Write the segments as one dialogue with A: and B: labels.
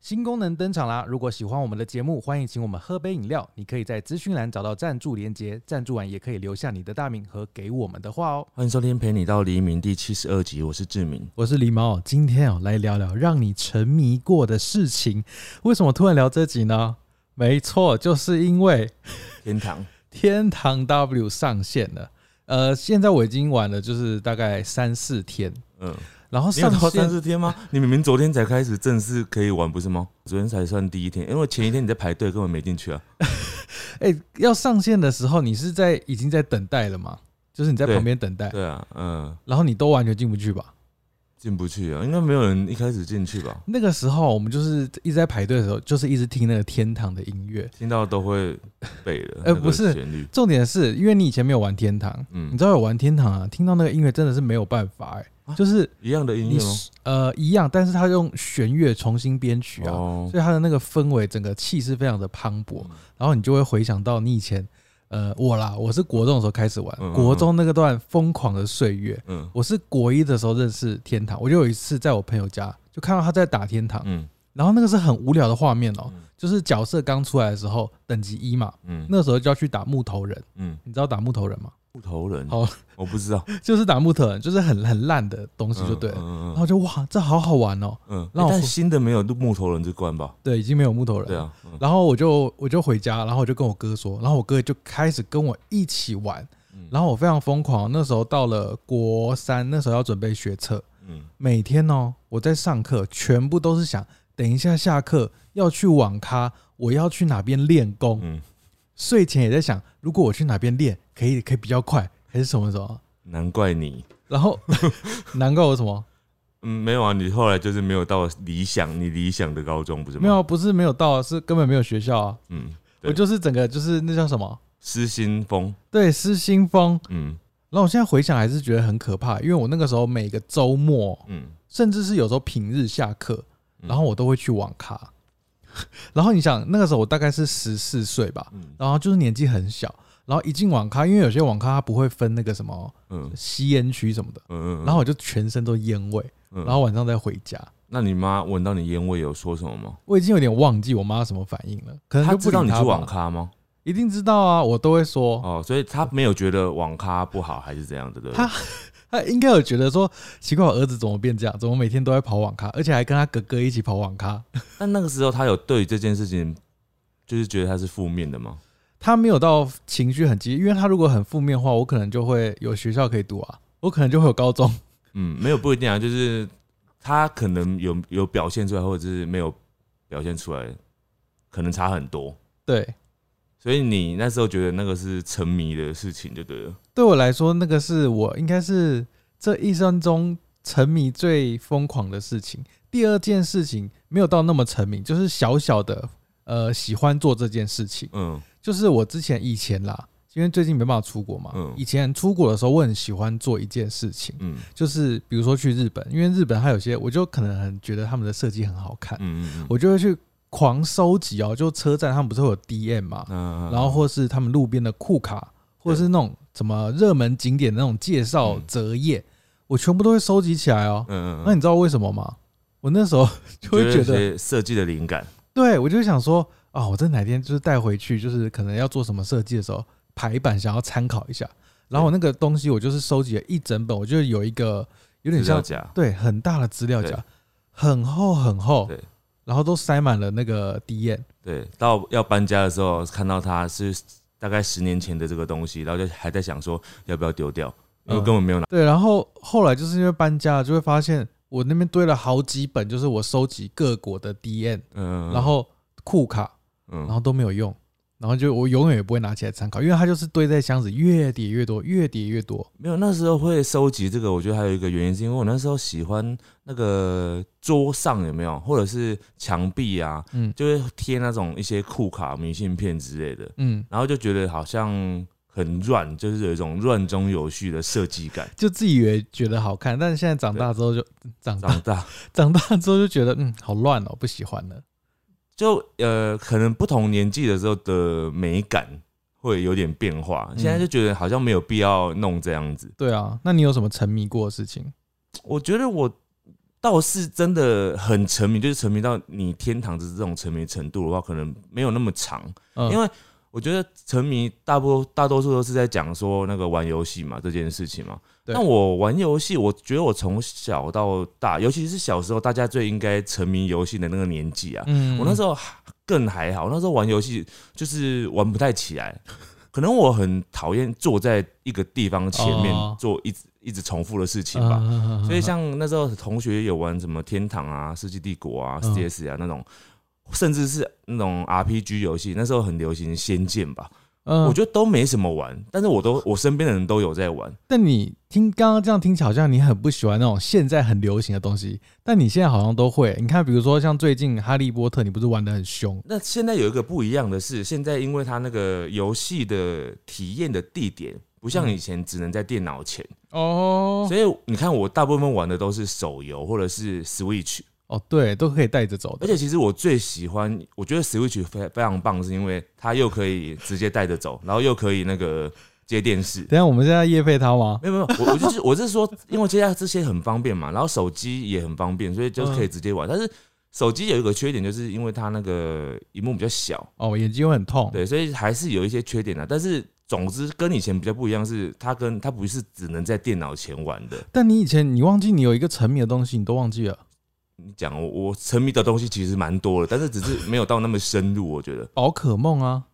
A: 新功能登场啦！如果喜欢我们的节目，欢迎请我们喝杯饮料。你可以在资讯栏找到赞助连接，赞助完也可以留下你的大名和给我们的话哦。
B: 欢迎收听《陪你到黎明》第七十二集，我是志明。
A: 我是狸猫，今天哦来聊聊让你沉迷过的事情。为什么突然聊这集呢？没错，就是因为
B: 天堂，
A: 天堂 W 上线了。呃，现在我已经玩了，就是大概三四天，
B: 嗯，
A: 然后
B: 你有
A: 上
B: 到三
A: 线
B: 四天吗？你明明昨天才开始正式可以玩，不是吗？昨天才算第一天，因为前一天你在排队，根本没进去啊。
A: 哎、要上线的时候，你是在已经在等待了吗？就是你在
B: 对
A: 旁边等待，
B: 对啊，嗯，
A: 然后你都完全进不去吧？
B: 进不去啊，应该没有人一开始进去吧？
A: 那个时候我们就是一直在排队的时候，就是一直听那个天堂的音乐。
B: 听到都会背了。
A: 呃
B: 那个
A: 不是
B: 旋律，
A: 重点是因为你以前没有玩天堂，啊你
B: 嗯，
A: 知道有玩天堂啊，听到那个音乐真的是没有办法哎、
B: 啊
A: 就是
B: 一样的音
A: 你
B: 乐吗？
A: 呃一样，但是他用弦乐重新编曲啊，
B: 哦，
A: 所以它的那个氛围整个气势非常的磅礴
B: 嗯，
A: 然后你就会回想到你以前呃我啦，我是国中的时候开始玩，
B: 嗯嗯嗯
A: 国中那个段疯狂的岁月，
B: 嗯
A: 我是国一的时候认识天堂，我就有一次在我朋友家就看到他在打天堂，
B: 嗯
A: 然后那个是很无聊的画面哦、
B: 嗯
A: 就是角色刚出来的时候，等级一嘛，
B: 嗯
A: 那时候就要去打木头人，
B: 嗯，
A: 你知道打木头人吗？
B: 木头人，
A: 好，
B: 我不知道，
A: 就是打木头人，就是很很烂的东西就对了。
B: 嗯
A: 然后就哇，这好好玩哦、
B: 嗯，
A: 让我
B: 但
A: 复
B: 新的没有木头人这关吧？
A: 对，已经没有木头人。
B: 对。啊，嗯
A: 然后我就我就回家，然后我就跟我哥说，然后我哥就开始跟我一起玩，
B: 嗯
A: 然后我非常疯狂。那时候到了国三，那时候要准备学测，
B: 嗯
A: 每天哦，我在上课，全部都是想等一下下课要去网咖，我要去哪边练功。
B: 嗯，
A: 睡前也在想，如果我去哪边练，可以可以比较快，还是什么什么。
B: 难怪你。
A: 然后 难怪我什么
B: 嗯，没有啊，你后来就是没有到理想，你理想的高中不是吗？
A: 没有，，啊不是没有到，是根本没有学校啊。
B: 嗯，对
A: 我就是整个就是那叫什么？
B: 失心疯，
A: 对，失心疯。
B: 嗯
A: 然后我现在回想还是觉得很可怕，因为我那个时候每个周末，
B: 嗯，
A: 甚至是有时候平日下课，
B: 嗯
A: 然后我都会去网咖。然后你想，那个时候我大概是十四岁吧，
B: 嗯
A: 然后就是年纪很小，然后一进网咖，因为有些网咖它不会分那个什么
B: 嗯
A: 吸烟区什么的，
B: 嗯，
A: 然后我就全身都烟味，
B: 嗯
A: 然后晚上再回家，
B: 那你妈闻到你烟味有说什么吗？
A: 我已经有点忘记我妈什么反应了，可能
B: 她
A: 就
B: 知
A: 不
B: 道
A: 让
B: 你去网，咖吗？
A: 一定知道啊，我都会说，
B: 哦，所以她没有觉得网咖不好还是怎样的，对不对
A: 她？她应该有觉得说奇怪，我儿子怎么变这样，怎么每天都在跑网咖，而且还跟他哥哥一起跑网咖，
B: 但那个时候她有对这件事情，就是觉得她是负面的吗？
A: 他没有到情绪很激烈，因为他如果很负面的话，我可能就会有学校可以读啊，我可能就会有高中，
B: 嗯，没有不一定啊，就是她可能有有表现出来，或者是没有表现出来，可能差很多。
A: 对。
B: 所以你那时候觉得那个是沉迷的事情，就对了。
A: 对我来说，那个是我应该是这一生中沉迷最疯狂的事情。第二件事情没有到那么沉迷，就是小小的呃喜欢做这件事情。
B: 嗯
A: 就是我之前以前啦，因为最近没办法出国嘛，
B: 嗯
A: 以前出国的时候，我很喜欢做一件事情，
B: 嗯
A: 就是比如说去日本，因为日本它有些我就可能很觉得他们的设计很好看，
B: 嗯嗯，
A: 我就会去狂收集哦，就车站他们不是会有 DM 嘛，
B: 嗯
A: 然后或是他们路边的库卡，或者是那种什么热门景点的那种介绍
B: 嗯
A: 折页，我全部都会收集起来哦。
B: 嗯
A: 那你知道为什么吗？我那时候 就会觉得，
B: 得设计的灵感，
A: 对我就想说啊，我这哪天就是带回去，就是可能要做什么设计的时候，排版想要参考一下。然后我那个东西，我就是收集了一整本，我就有一个有点
B: 资料
A: 像
B: 夹，
A: 对很大的资料
B: 对
A: 夹，很厚很厚
B: 对，
A: 然后都塞满了那个 D N，
B: 对，到要搬家的时候看到它是大概十年前的这个东西，然后就还在想说要不要丢掉，因为
A: 嗯
B: 根本没有拿。
A: 对，然后后来就是因为搬家，就会发现我那边堆了好几本，就是我收集各国的 DN，
B: 嗯，
A: 然后库卡，
B: 嗯
A: 然后都没有用，然后就我永远也不会拿起来参考，因为它就是堆在箱子，越叠越多，越叠越多。
B: 没有那时候会收集这个，我觉得还有一个原因是因为我那时候喜欢那个桌上有没有，或者是墙壁啊，
A: 嗯
B: 就会贴那种一些酷卡明信片之类的，
A: 嗯，
B: 然后就觉得好像很乱，就是有一种乱中有序的设计感。
A: 就自己以为觉得好看，但是现在长大之后就长大
B: 长大
A: 长大之后就觉得嗯好乱哦，不喜欢了。
B: 就呃，可能不同年纪的时候的美感会有点变化。
A: 嗯
B: 现在就觉得好像没有必要弄这样子。
A: 对啊，那你有什么沉迷过的事情？
B: 我觉得我倒是真的很沉迷，就是沉迷到你天堂的这种沉迷程度的话，可能没有那么长，
A: 嗯
B: 因为我觉得沉迷大多大多数都是在讲说那个玩游戏嘛这件事情嘛。
A: 对
B: 那我玩游戏，我觉得我从小到大，尤其是小时候，大家最应该沉迷游戏的那个年纪啊，
A: 嗯
B: 我那时候更还好，那时候玩游戏就是玩不太起来，可能我很讨厌坐在一个地方前面
A: 哦嗯
B: 做一直一直重复的事情
A: 啊
B: 吧。
A: 吧
B: 所以像那时候同学有玩什么天堂啊、世纪帝国啊、
A: 嗯
B: CS 啊那种，甚至是那种 RPG 游戏，那时候很流行《仙剑》吧，
A: 我
B: 我觉得都没什么玩，但是我都我身边的人都有在玩。
A: 但你听刚刚这样听起来，好像你很不喜欢那种现在很流行的东西，但你现在好像都会。你看，比如说像最近《哈利波特》，你不是玩的很凶？
B: 那现在有一个不一样的是，现在因为它那个游戏的体验的地点不像以前只能在电脑前，
A: 哦
B: 所以你看我大部分玩的都是手游或者是 Switch，
A: 哦，对，都可以带着走的。
B: 而且其实我最喜欢，我觉得 Switch 非非常棒，是因为它又可以直接带着走，然后又可以那个接电视。
A: 等一下我们现在夜配他吗？
B: 没有没有，我我就是我是说，因为接下来这些很方便嘛，然后手机也很方便，所以就可以直接
A: 嗯
B: 玩。但是手机有一个缺点，就是因为它那个荧幕比较小，
A: 哦，我眼睛会很痛。
B: 对，所以还是有一些缺点的。啊但是总之跟以前比较不一样是，它跟它不是只能在电脑前玩的。
A: 但你以前你忘记你有一个沉迷的东西，你都忘记了，
B: 你讲我我沉迷的东西其实蛮多的，但是只是没有到那么深入，我觉得。
A: 宝可梦啊。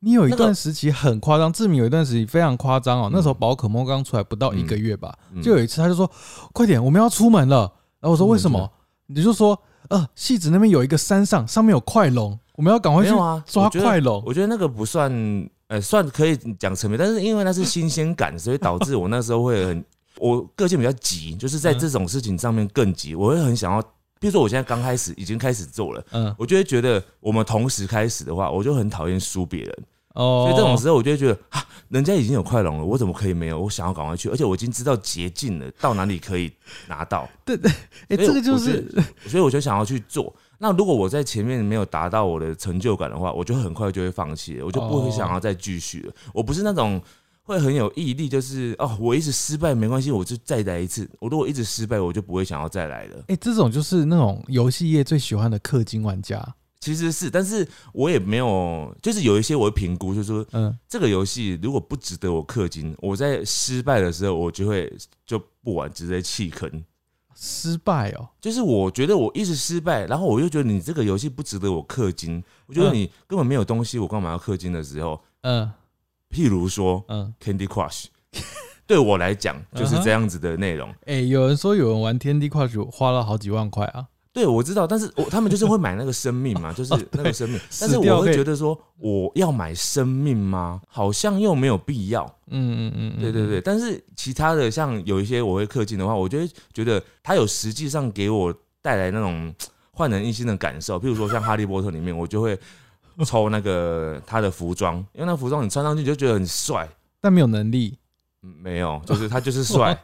A: 你有一
B: 那个
A: 段时期很夸张，志明有一段时期非常夸张哦。那时候宝可梦刚出来不到一个月吧，
B: 嗯
A: 就有一次他就说：“快点，我们要出门了。”然后我说：“为什
B: 出门
A: 么？”你就说：“呃，戏子那边有一个山上，上面有快龙，我们要赶快
B: 没
A: 去
B: 有啊，
A: 抓
B: 我觉得
A: 快龙
B: 我觉得那个不算，呃，算可以讲成名，但是因为那是新鲜感，所以导致我那时候会很， 我个性比较急，就是在这种事情上面更急，我会很想要。比如说，我现在刚开始已经开始做了，
A: 嗯，
B: 我就会觉得我们同时开始的话，我就很讨厌输别人，
A: 哦，
B: 所以这种时候我就会觉得啊，人家已经有快龙了，我怎么可以没有？我想要赶快去，而且我已经知道捷径了，到哪里可以拿到。
A: 哎、
B: 所以
A: 这个就
B: 我
A: 是
B: 觉得，所以我就想要去做。那如果我在前面没有达到我的成就感的话，我就很快就会放弃了，我就不会
A: 哦
B: 想要再继续了。我不是那种会很有毅力，就是哦，我一直失败没关系，我就再来一次。我如果一直失败，我就不会想要再来了。
A: 哎、这种就是那种游戏业最喜欢的氪金玩家。
B: 其实是，但是我也没有，就是有一些我会评估，就是说
A: 嗯，
B: 这个游戏如果不值得我氪金，我在失败的时候，我就会就不玩，直接弃坑。
A: 失败哦，
B: 就是我觉得我一直失败，然后我又觉得你这个游戏不值得我氪金，我觉得
A: 嗯
B: 你根本没有东西，我干嘛要氪金的时候，
A: 嗯
B: 譬如说
A: 嗯，
B: Candy Crush，对 我来讲就是这样子的内容。
A: 哎、有人说有人玩天地快手花了好几万块啊，
B: 对，我知道，但是我他们就是会买那个生命 嘛，就是那个生命，但是
A: 死掉
B: 我
A: 可
B: 会
A: 以
B: 觉得说我要买生命吗？好像又没有必要。
A: 嗯嗯嗯，嗯
B: 对对，对，但是其他的像有一些我会氪金的话，我就会觉得它有实际上给我带来那种焕然一新的感受。譬如说像《哈利波特》里面，我就会抽那个他的服装，因为那服装你穿上去你就觉得很帅，
A: 但没有能力。
B: 嗯没有，就是他就 是帅，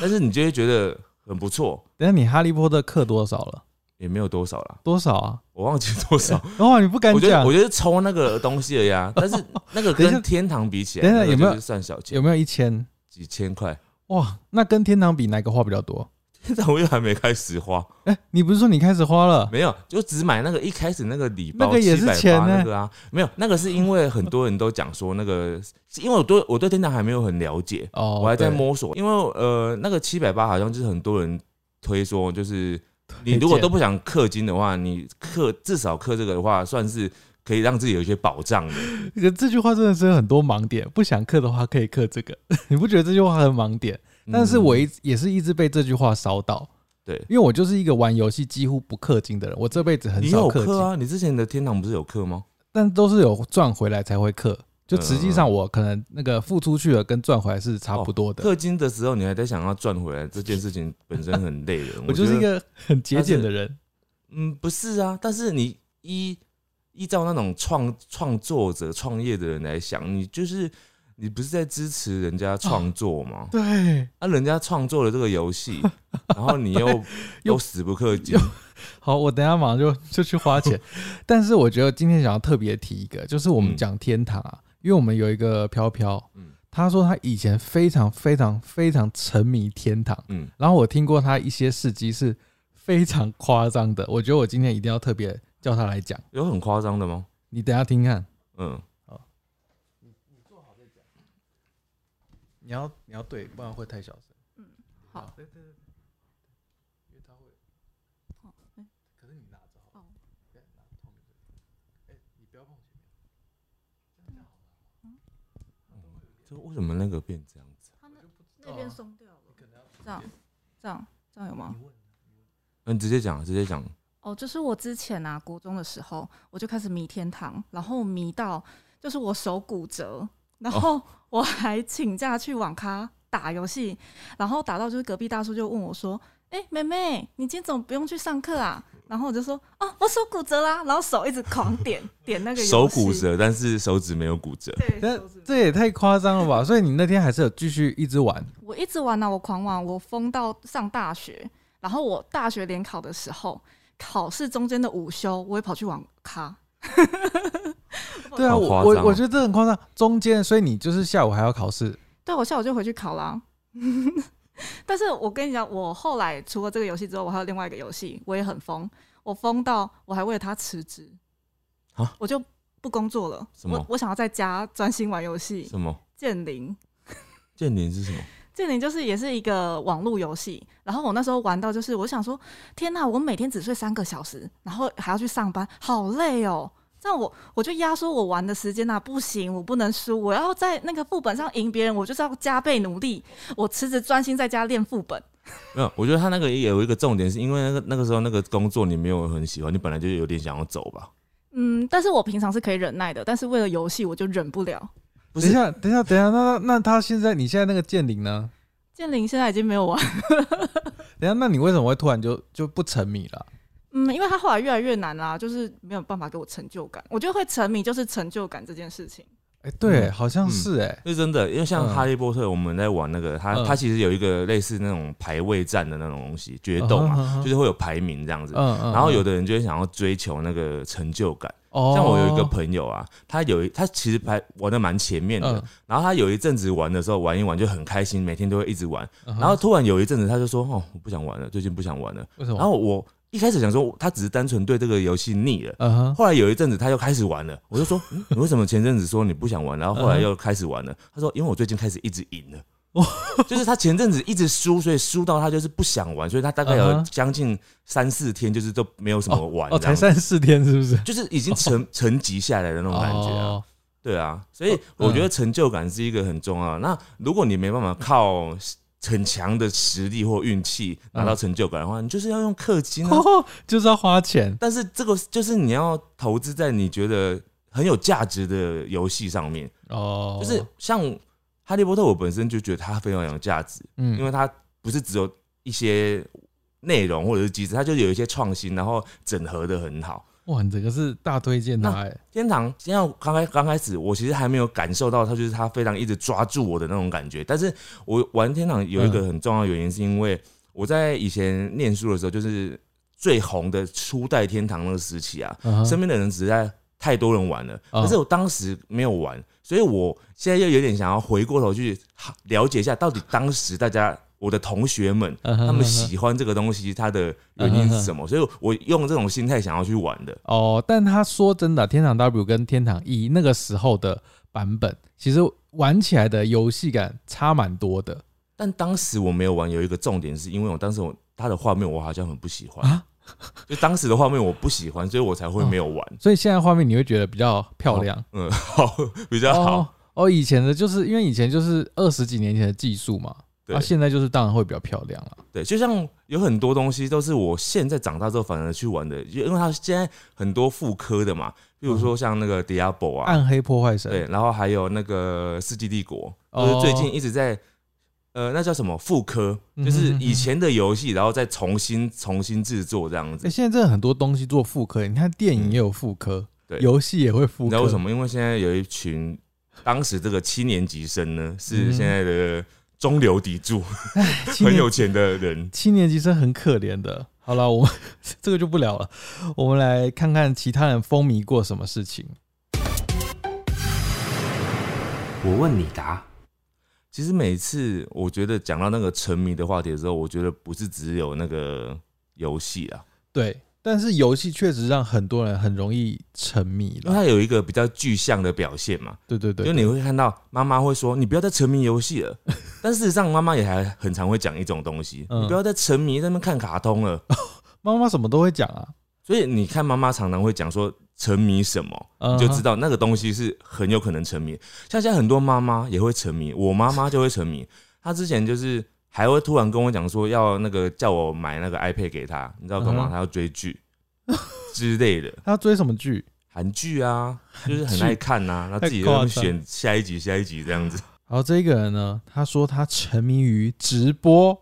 B: 但是你就会觉得很不错，
A: 等一下你哈利波特氪多少了？
B: 也没有多少啦，
A: 多少啊？
B: 我忘记 多少。
A: 哦，你不敢
B: 我觉
A: 讲
B: 得我，觉得抽那个东西而 已啊，但是那个
A: 等一下
B: 跟天堂比起来，
A: 等一下
B: 那个
A: 有没有
B: 就是算小钱
A: 有？没有一千？
B: 几千块，
A: 哇，那跟天堂比，哪个花比较多？
B: 天堂我又还没开始花。
A: 哎、你不是说你开始花了？
B: 没有，就只买那个一开始那个礼包，
A: 那个也是
B: 780
A: 钱呢
B: 那个啊，没有那个是因为很多人都讲说那个，是因为我对我对天堂还没有很了解，
A: 哦，
B: 我还在
A: 对，
B: 摸索，因为呃那个七百八好像就是很多人推说，就是你
A: 推
B: 如果
A: 荐
B: 都不想氪金的话，你氪至少氪这个的话，算是可以让自己有一些保障的。
A: 这这句话真的是有很多盲点。不想氪的话可以氪这个， 你不觉得这句话很盲点？ 但是我
B: 嗯
A: 一也是一直被这句话烧到，
B: 对
A: 因为我就是一个玩游戏几乎不氪金的人，我这辈子很
B: 你
A: 少
B: 有
A: 氪金，
B: 氪啊，你之前的天堂不是有氪吗？
A: 但都是有赚回来才会氪。就实际
B: 嗯
A: 上我可能那个付出去了跟赚回来是差不多的。
B: 氪金的时候你还在想要赚回来，这件事情本身很累的。
A: 我就是
B: 觉
A: 一
B: 得
A: 个很节俭
B: 但
A: 的
B: 是
A: 人，
B: 嗯，不是啊，但是你依依照那种创创作者、创业的人来想，你就是你不是在支持人家
C: 啊
B: 创作吗？
A: 对，
B: 啊，人家创作了这个游 戏，然后你又
A: 又
B: 又死不氪金，
A: 好，我等一下马上就就去花 钱。但是我觉得今天想要特别提一个，就是我们
B: 嗯
A: 讲天堂啊，因为我们有一个飘飘，
B: 嗯
A: 他说他以前非常非常非常沉迷天堂，
B: 嗯
A: 然后我听过他一些事迹是非常夸张的，我觉得我今天一定要特别叫他来讲。
B: 有很夸张的吗？
A: 你等一下听听看，
B: 嗯，
A: 你要你要对，不然会太小声。
C: 好，
A: 对对对，因为他会。
C: 好嗯
A: 可是你拿着好了
C: 哦。
A: 对拿同一个哎你不要碰前面
B: 这个为什么那个变这样子？
C: 它那
A: 道啊
C: 那
B: 哦
C: 边松掉了，这样，这样，这样有吗？
B: 嗯，直接讲，直接讲。
C: 哦，就是我之前啊，国中的时候，我就开始迷天堂，然后迷到就是我手骨折，然
B: 哦
C: 后我还请假去网咖打游戏，然后打到就是隔壁大叔就问我说：“哎、妹妹，你今天怎么不用去上课啊？”然后我就说：“哦，我手骨折啦。”然后手一直狂点点那个游戏
B: 手骨，折，但是手指没有骨折。
C: 对，手
A: 这
C: 指
A: 这也太夸张了吧！所以你那天还是有继续一直玩，
C: 我一直玩啊，我狂玩，我疯到上大学。然后我大学联考的时候，考试中间的午休，我也跑去网咖。
A: 对啊，
B: 好
A: 我
B: 夸张
A: 我
B: 哦
A: 我觉得这很夸张。中间，所以你就是下午还要考试，
C: 对，啊我下午就回去考啦。 但是我跟你讲，我后来除了这个游戏之后，我还有另外一个游戏，我也很疯，我疯到我还为了它辞职
B: 啊，哦
C: 我就不工作了，
B: 什么
C: 我我想要在家专心玩游戏。
B: 什么？
C: 剑灵，
B: 剑灵是什么？
C: 剑灵就是也是一个网络游戏，然后我那时候玩到就是我想说，天呐，我每天只睡三个小时，然后还要去上班，好累哦。这样我我就压缩我玩的时间呐、不行，我不能输，我要在那个副本上赢别人，我就是要加倍努力，我辞职专心在家练副本。
B: 没有，我觉得他那个也有一个重点，是因为那个那个时候那个工作你没有很喜欢，你本来就有点想要走吧？
C: 嗯，但是我平常是可以忍耐的，但是为了游戏我就忍不了。
B: 不
A: 等一
B: 是，
A: 下，等一下，等一下，那那他现在你现在那个剑灵呢？
C: 剑灵现在已经没有玩，
A: 等一下，那你为什么会突然就就不沉迷了？
C: 嗯，因为他后来越来越难啦、就是没有办法给我成就感。我觉得会沉迷就是成就感这件事情。
A: 哎、对，
B: 嗯
A: 好像是哎、
B: 是真的，因为像
A: 嗯
B: 哈利波特，我们在玩那个，他
A: 嗯
B: 他其实有一个类似那种排位战的那种东西，决斗嘛，
A: 嗯
B: 就是会有排名这样子。
A: 嗯嗯
B: 然后有的人就会想要追求那个成就感，
A: 哦，
B: 像我有一个朋友啊，他有一他其实排玩的蛮前面
A: 嗯
B: 的，然后他有一阵子玩的时候玩一玩就很开心，每天都会一直玩。
A: 嗯，
B: 然后突然有一阵子他就说：“哦，我不想玩了，最近不想玩了。”
A: 为什么？
B: 然后我一开始想说他只是单纯对这个游戏腻了，
A: 嗯哼，
B: 后来有一阵子他又开始玩了，我就说：“嗯你为什么前阵子说你不想玩，然后后来又开始玩了？”他说：“因为我最近开始一直赢了。”
A: 哦
B: 就是他前阵子一直输，所以输到他就是不想玩，所以他大概有
A: 嗯哼
B: 将近三四天就是都没有什么玩
A: 哦，
B: 这样
A: 才三
B: 子，
A: 四天是不是？
B: 就是已经沉沉寂下来的那种感觉啊。
A: 哦嗯
B: 对啊，所以我觉得成就感是一个很重要的。那如果你没办法靠很强的实力或运气拿
A: 嗯
B: 到成就感的话，你就是要用氪金
A: 哦
B: 啊。
A: 就是要花钱。
B: 但是这个就是你要投资在你觉得很有价值的游戏上面，
A: 哦，
B: 就是像《哈利波特》，我本身就觉得它非常有价值，
A: 嗯，
B: 因为它不是只有一些内容或者是机制，它就有一些创新，然后整合的很好。
A: 哇，你整个是大推荐他哎、
B: 天堂，现在刚开刚开始，我其实还没有感受到它就是它非常一直抓住我的那种感
A: 嗯
B: 觉。但是我玩天堂有一个很重要的原因，是因为我在以前念书的时候，就是最红的初代天堂那个时期啊，
A: 嗯哼
B: 身边的人只在太多人玩了，
A: 嗯
B: 可是我当时没有玩，所以我现在又有点想要回过头去了解一下，到底当时大家我的同学们。
A: 嗯哼
B: 他们
A: 嗯哼
B: 喜欢这个东西，它的原因是什么？所以我用这种心态想要去玩的。
A: 哦，但他说真的啊，天堂 W 跟天堂 E 那个时候的版本，其实玩起来的游戏感差蛮多的
B: 但当时我没有玩，有一个重点是因为我当时我它的画面我好像很不喜欢，
A: 啊。
B: 就当时的画面我不喜欢，所以我才会没有玩。
A: 所以现在画面你会觉得比较漂亮，
B: 嗯， 好，比较
A: 哦
B: 好。
A: 哦，以前的就是因为以前就是二十几年前的技术嘛，
B: 对
A: 啊，现在就是当然会比较漂亮了。
B: 对，就像有很多东西都是我现在长大之后反而去玩的，因为它现在很多副科的嘛，比如说像那个 Diablo 啊，
A: 暗黑破坏神，
B: 对，然后还有那个世纪帝国，
A: 哦
B: 就是最近一直在。呃，那叫什么复刻？
A: 嗯哼
B: 就是
A: 嗯哼
B: 以前的游戏，然后再重新重新制作这样
A: 哎、
B: 子。
A: 现在真的很多东西做复刻，你看电影也有复刻，
B: 对
A: 游戏也会复
B: 嗯你知
A: 刻，
B: 道为什？么？因为现在有一群当时这个七年级生呢，是
A: 嗯
B: 现在的中流砥柱、
A: 七
B: 很
A: 年
B: 有钱的人。
A: 七年级生很可怜的。好了，我们 这个就不聊了，我们来看看其他人风靡过什么事情。
D: 我问你答。
B: 其实每次我觉得讲到那个沉迷的话题的时候，我觉得不是只有那个游戏啊，
A: 对，但是游戏确实让很多人很容易沉迷
B: 因为
A: 了。
B: 它有一个比较具象的表现嘛，
A: 对对
B: 就
A: 对，
B: 你会看到妈妈会说你不要再沉迷游戏 了，但事实上妈妈也还很常会讲一种东西，
A: 嗯
B: 你不要再沉迷在那边看卡通了。
A: 妈妈什么都会讲啊，
B: 所以你看妈妈常常会讲说沉迷什么，
A: 嗯
B: 你就知道那个东西是很有可能沉迷。像现在很多妈妈也会沉迷，我妈妈就会沉迷，她之前就是。还会突然跟我讲说要那个叫我买那个 iPad 给她，你知道干嘛
A: 嗯？哼
B: 她要追 剧之类的，
A: 她追什么剧？
B: 韩剧啊，就是很
A: 剧
B: 爱看呐、啊，那自己
A: 太夸
B: 要
A: 张
B: 选下一集、下一集这样子。
A: 然后这个人呢，他说他沉迷于直播，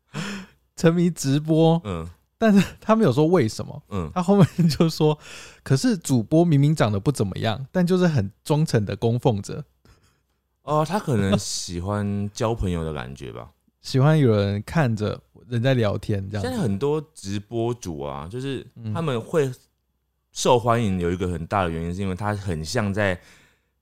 A: 沉迷直播，
B: 嗯
A: 但是他没有说为什么，
B: 嗯，
A: 他后面就说，可是主播明明长得不怎么样，但就是很忠诚的供奉着，
B: 哦，他可能喜欢交朋友的感觉吧。
A: 喜欢有人看着人在聊天这
B: 现在
A: 样子。
B: 很多直播主啊，就是
A: 嗯
B: 他们会受欢迎，有一个很大的原因是因为他很像在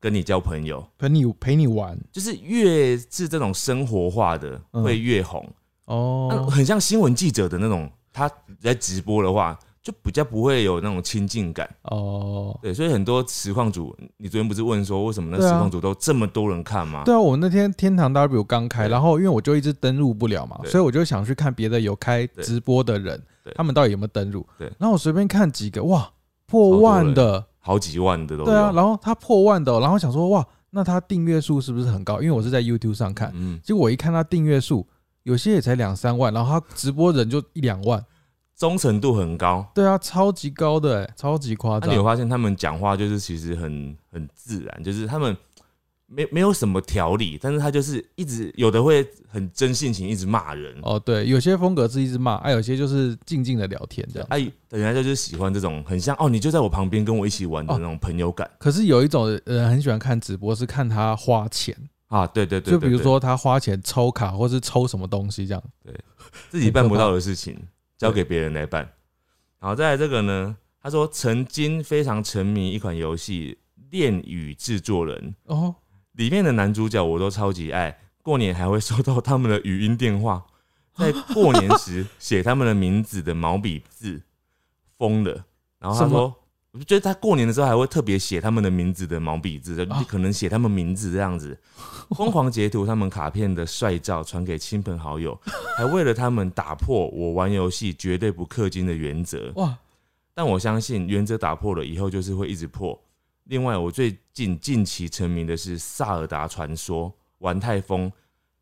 B: 跟你交朋友，
A: 陪你陪你玩
B: 就是越是这种生活化的
A: 嗯
B: 会越红，那
A: 哦，
B: 很像新闻记者的那种，他在直播的话。就比较不会有那种亲近感，
A: 哦，
B: 对，所以很多实况主，你昨天不是问说为什么那
A: 对啊
B: 实况主都这么多人看吗？
A: 对啊，我那天天堂 W 刚开，
B: 对
A: 然后因为我就一直登录不了嘛，
B: 对
A: 所以我就想去看别的有开
B: 对
A: 直播的人
B: 对，
A: 他们到底有没有登录。
B: 对
A: 然后我随便看几个，哇，
B: 超
A: 破
B: 多
A: 万
B: 人
A: 的，
B: 好几万的都有。
A: 对啊，然后他破万的哦，然后想说哇，那他订阅数是不是很高？因为我是在 YouTube 上看，
B: 嗯，
A: 结果我一看他订阅数，有些也才两三万，然后他直播人就一两万，
B: 忠诚度很高，
A: 对啊，超级高的、欸，超级夸
B: 那、
A: 张
B: 啊你有。发现他们讲话就是其实很很自然，就是他们没没有什么条理，但是他就是一直有的会很真性情，一直骂人。
A: 哦，对，有些风格是一直骂，哎、有些就是静静的聊天这样。
B: 哎、人家就是喜欢这种很像哦，你就在我旁边跟我一起玩
A: 哦
B: 的那种朋友感、
A: 可是有一种人很喜欢看直播，是看他花钱，
B: 啊，对对对
A: 就比如
B: 对对
A: 说他花钱抽卡或是抽什么东西这样。
B: 自己办不到的事情，交给别人来办。然后再来这个呢，他说曾经非常沉迷一款游戏《恋与制作人》，
A: 哦，
B: 里面的男主角我都超级爱，过年还会收到他们的语音电 话，在过年时写他们的名字的毛笔字，疯了。然后他
A: 什
B: 说
A: 么，
B: 我就觉得他过年的时候还会特别写他们的名字的毛笔字，就
A: 啊
B: 可能写他们名字这 样子，疯狂截图他们卡片的帅照传给亲朋好友，还为了他们打破我玩游戏绝对不氪金的原则。
A: 哇，
B: 但我相信原则打破了以后，就是会一直破。另外，我最近近期沉迷的是《萨尔达传说》，玩太疯，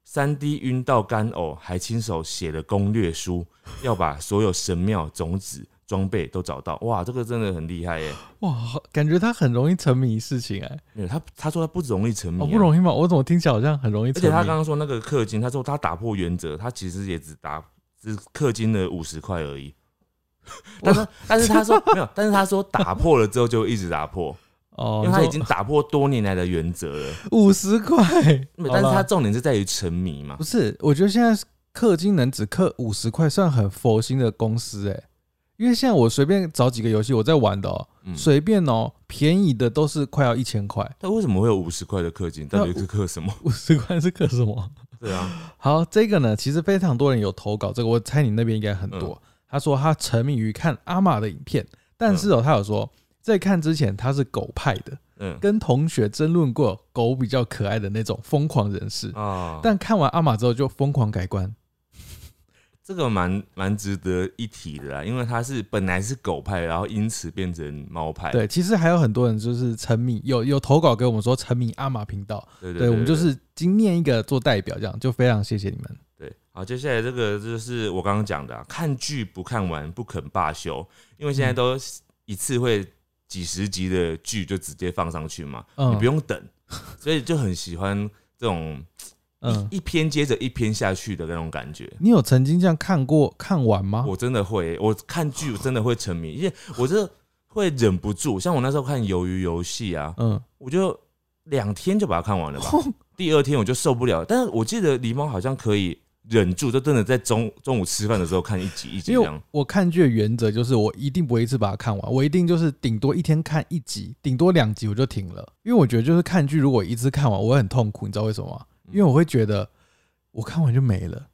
B: 三 D 晕到干呕，还亲手写了攻略书，要把所有神庙、种子、装备都找到。哇，这个真的很厉害耶！
A: 哇，好感觉他很容易沉迷事情哎、
B: 没有他，他说他不容易沉迷、
A: 哦
B: 啊，
A: 不容易嘛，我怎么听起来好像很容易
B: 而
A: 沉
B: 且
A: 迷？
B: 他刚刚说那个氪金，他说他打破原则，他其实也只打只氪金了五十块而已。 但是但是他说没有，但是他说打破了之后就一直打破。
A: 哦，
B: 因为他已经打破多年来的原则 了。
A: 五十块，
B: 但是
A: 好
B: 他
A: 啦
B: 重点是在于沉迷嘛
A: 不，是，我觉得现在氪金能只氪五十块，算很佛心的公司哎、因为现在我随便找几个游戏我在玩的哦、
B: 嗯，
A: 随、便哦、便宜的都是快要一千块，
B: 他为什么会有五十块的氪金？到底是 氪什么？
A: 五十块是氪什么？
B: 对啊，
A: 好，这个呢，其实非常多人有投稿，这个我猜你那边应该很
B: 嗯
A: 多。他说他沉迷于看阿玛的影片，但是哦，他有说在看之前他是狗派的，
B: 嗯
A: 跟同学争论过狗比较可爱的那种疯狂人士，
B: 啊，
A: 但看完阿玛之后就疯狂改观。
B: 这个蛮蛮值得一提的啦，因为他是本来是狗派，然后因此变成猫派。
A: 对，其实还有很多人就是沉迷，有有投稿给我们说沉迷阿玛频道，
B: 对
A: 对我们就是今念一个做代表，这样就非常谢谢你们。
B: 对，好，接下来这个就是我刚刚讲的啊、看剧不看完不肯罢休，因为
A: 嗯
B: 现在都一次会几十集的剧就直接放上去嘛，
A: 嗯
B: 你不用等，所以就很喜欢这种
A: 嗯，
B: 一一篇接着一篇下去的那种感觉。
A: 你有曾经这样看过看完吗？
B: 我真的会，我看剧真的会沉迷，因为我真的会忍不住。像我那时候看《鱿鱼游戏》啊，
A: 嗯，哦
B: 我就两天就把它看完了吧。第二天我就受不了，但是我记得狸猫好像可以忍住，就真的在中中午吃饭的时候看一集一集
A: 因
B: 这
A: 为
B: 样。
A: 我看剧的原则就是我一定不会一次把它看完，我一定就是顶多一天看一集，顶多两集我就停了，因为我觉得就是看剧如果一
B: 嗯
A: 次看完，我会很痛苦，你知道为什么吗？因为我会觉得我看完就没了，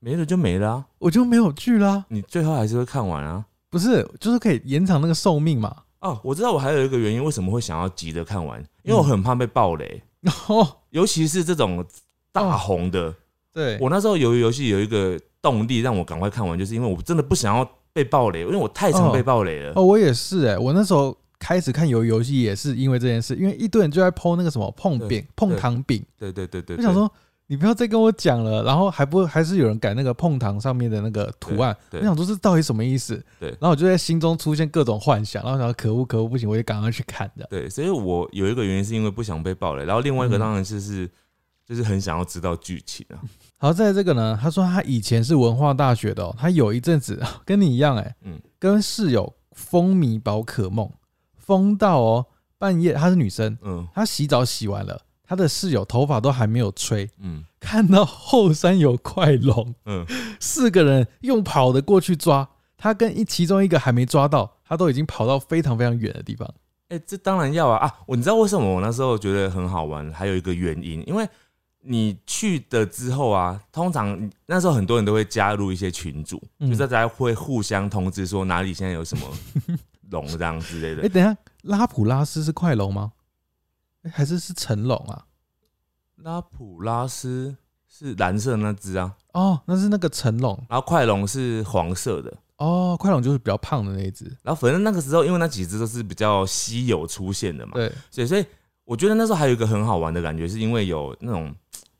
B: 没了就没了啊，
A: 我就没有剧啦。
B: 你最后还是会看完啊。
A: 不是，就是可以延长那个寿命嘛。
B: 哦，我知道我还有一个原因为什么会想要急着看完，
A: 嗯
B: 因为我很怕被暴雷，
A: 哦，
B: 尤其是这种大红的。
A: 对，
B: 我那时候鱿鱼游戏有一个动力让我赶快看完，就是因为我真的不想要被暴雷，因为我太常被暴雷了。
A: 哦，我也是哎、我那时候开始看游游戏也是因为这件事，因为一堆人就在剖那个什么碰饼、碰糖饼，
B: 对对对对，
A: 我
B: 对
A: 想说你不要再跟我讲了，然后还不还是有人改那个碰糖上面的那个图案，
B: 对
A: 我
B: 对
A: 想说这到底什么意思？
B: 对
A: 然后我就在心中出现各种幻想，然后想说可恶可恶不行，我就赶快去看的。
B: 对，所以我有一个原因是因为不想被暴雷，然后另外一个
A: 嗯
B: 当然就是、就是很想要知道剧情啊。
A: 好，在这个呢，他说他以前是文化大学的、哦，他有一阵子 跟你一样、哎，
B: 嗯
A: 跟室友风靡宝可梦，疯到哦半夜，她是女生，
B: 嗯
A: 她洗澡洗完了，她的室友头发都还没有吹，
B: 嗯
A: 看到后山有快龙，
B: 嗯，
A: 四个人用跑的过去抓，他跟一其中一个还没抓到，他都已经跑到非常非常远的地方。
B: 哎、这当然要啊啊！我你知道为什么我那时候觉得很好玩？还有一个原因，因为你去的之后啊，通常那时候很多人都会加入一些群组，
A: 嗯
B: 就是大家会互相通知说哪里现在有什么龙这样之类
A: 哎、
B: 的。
A: 等一下，拉普拉斯是快龙吗？诶还是是成龙啊？
B: 拉普拉斯是蓝色那只啊，
A: 哦，那是那个成龙
B: 然后快龙是黄色的。
A: 哦，快龙就是比较胖的那一只。
B: 然后反正那个时候，因为那几只都是比较稀有出现的嘛，
A: 对，
B: 所以所以我觉得那时候还有一个很好玩的感觉，是因为有那种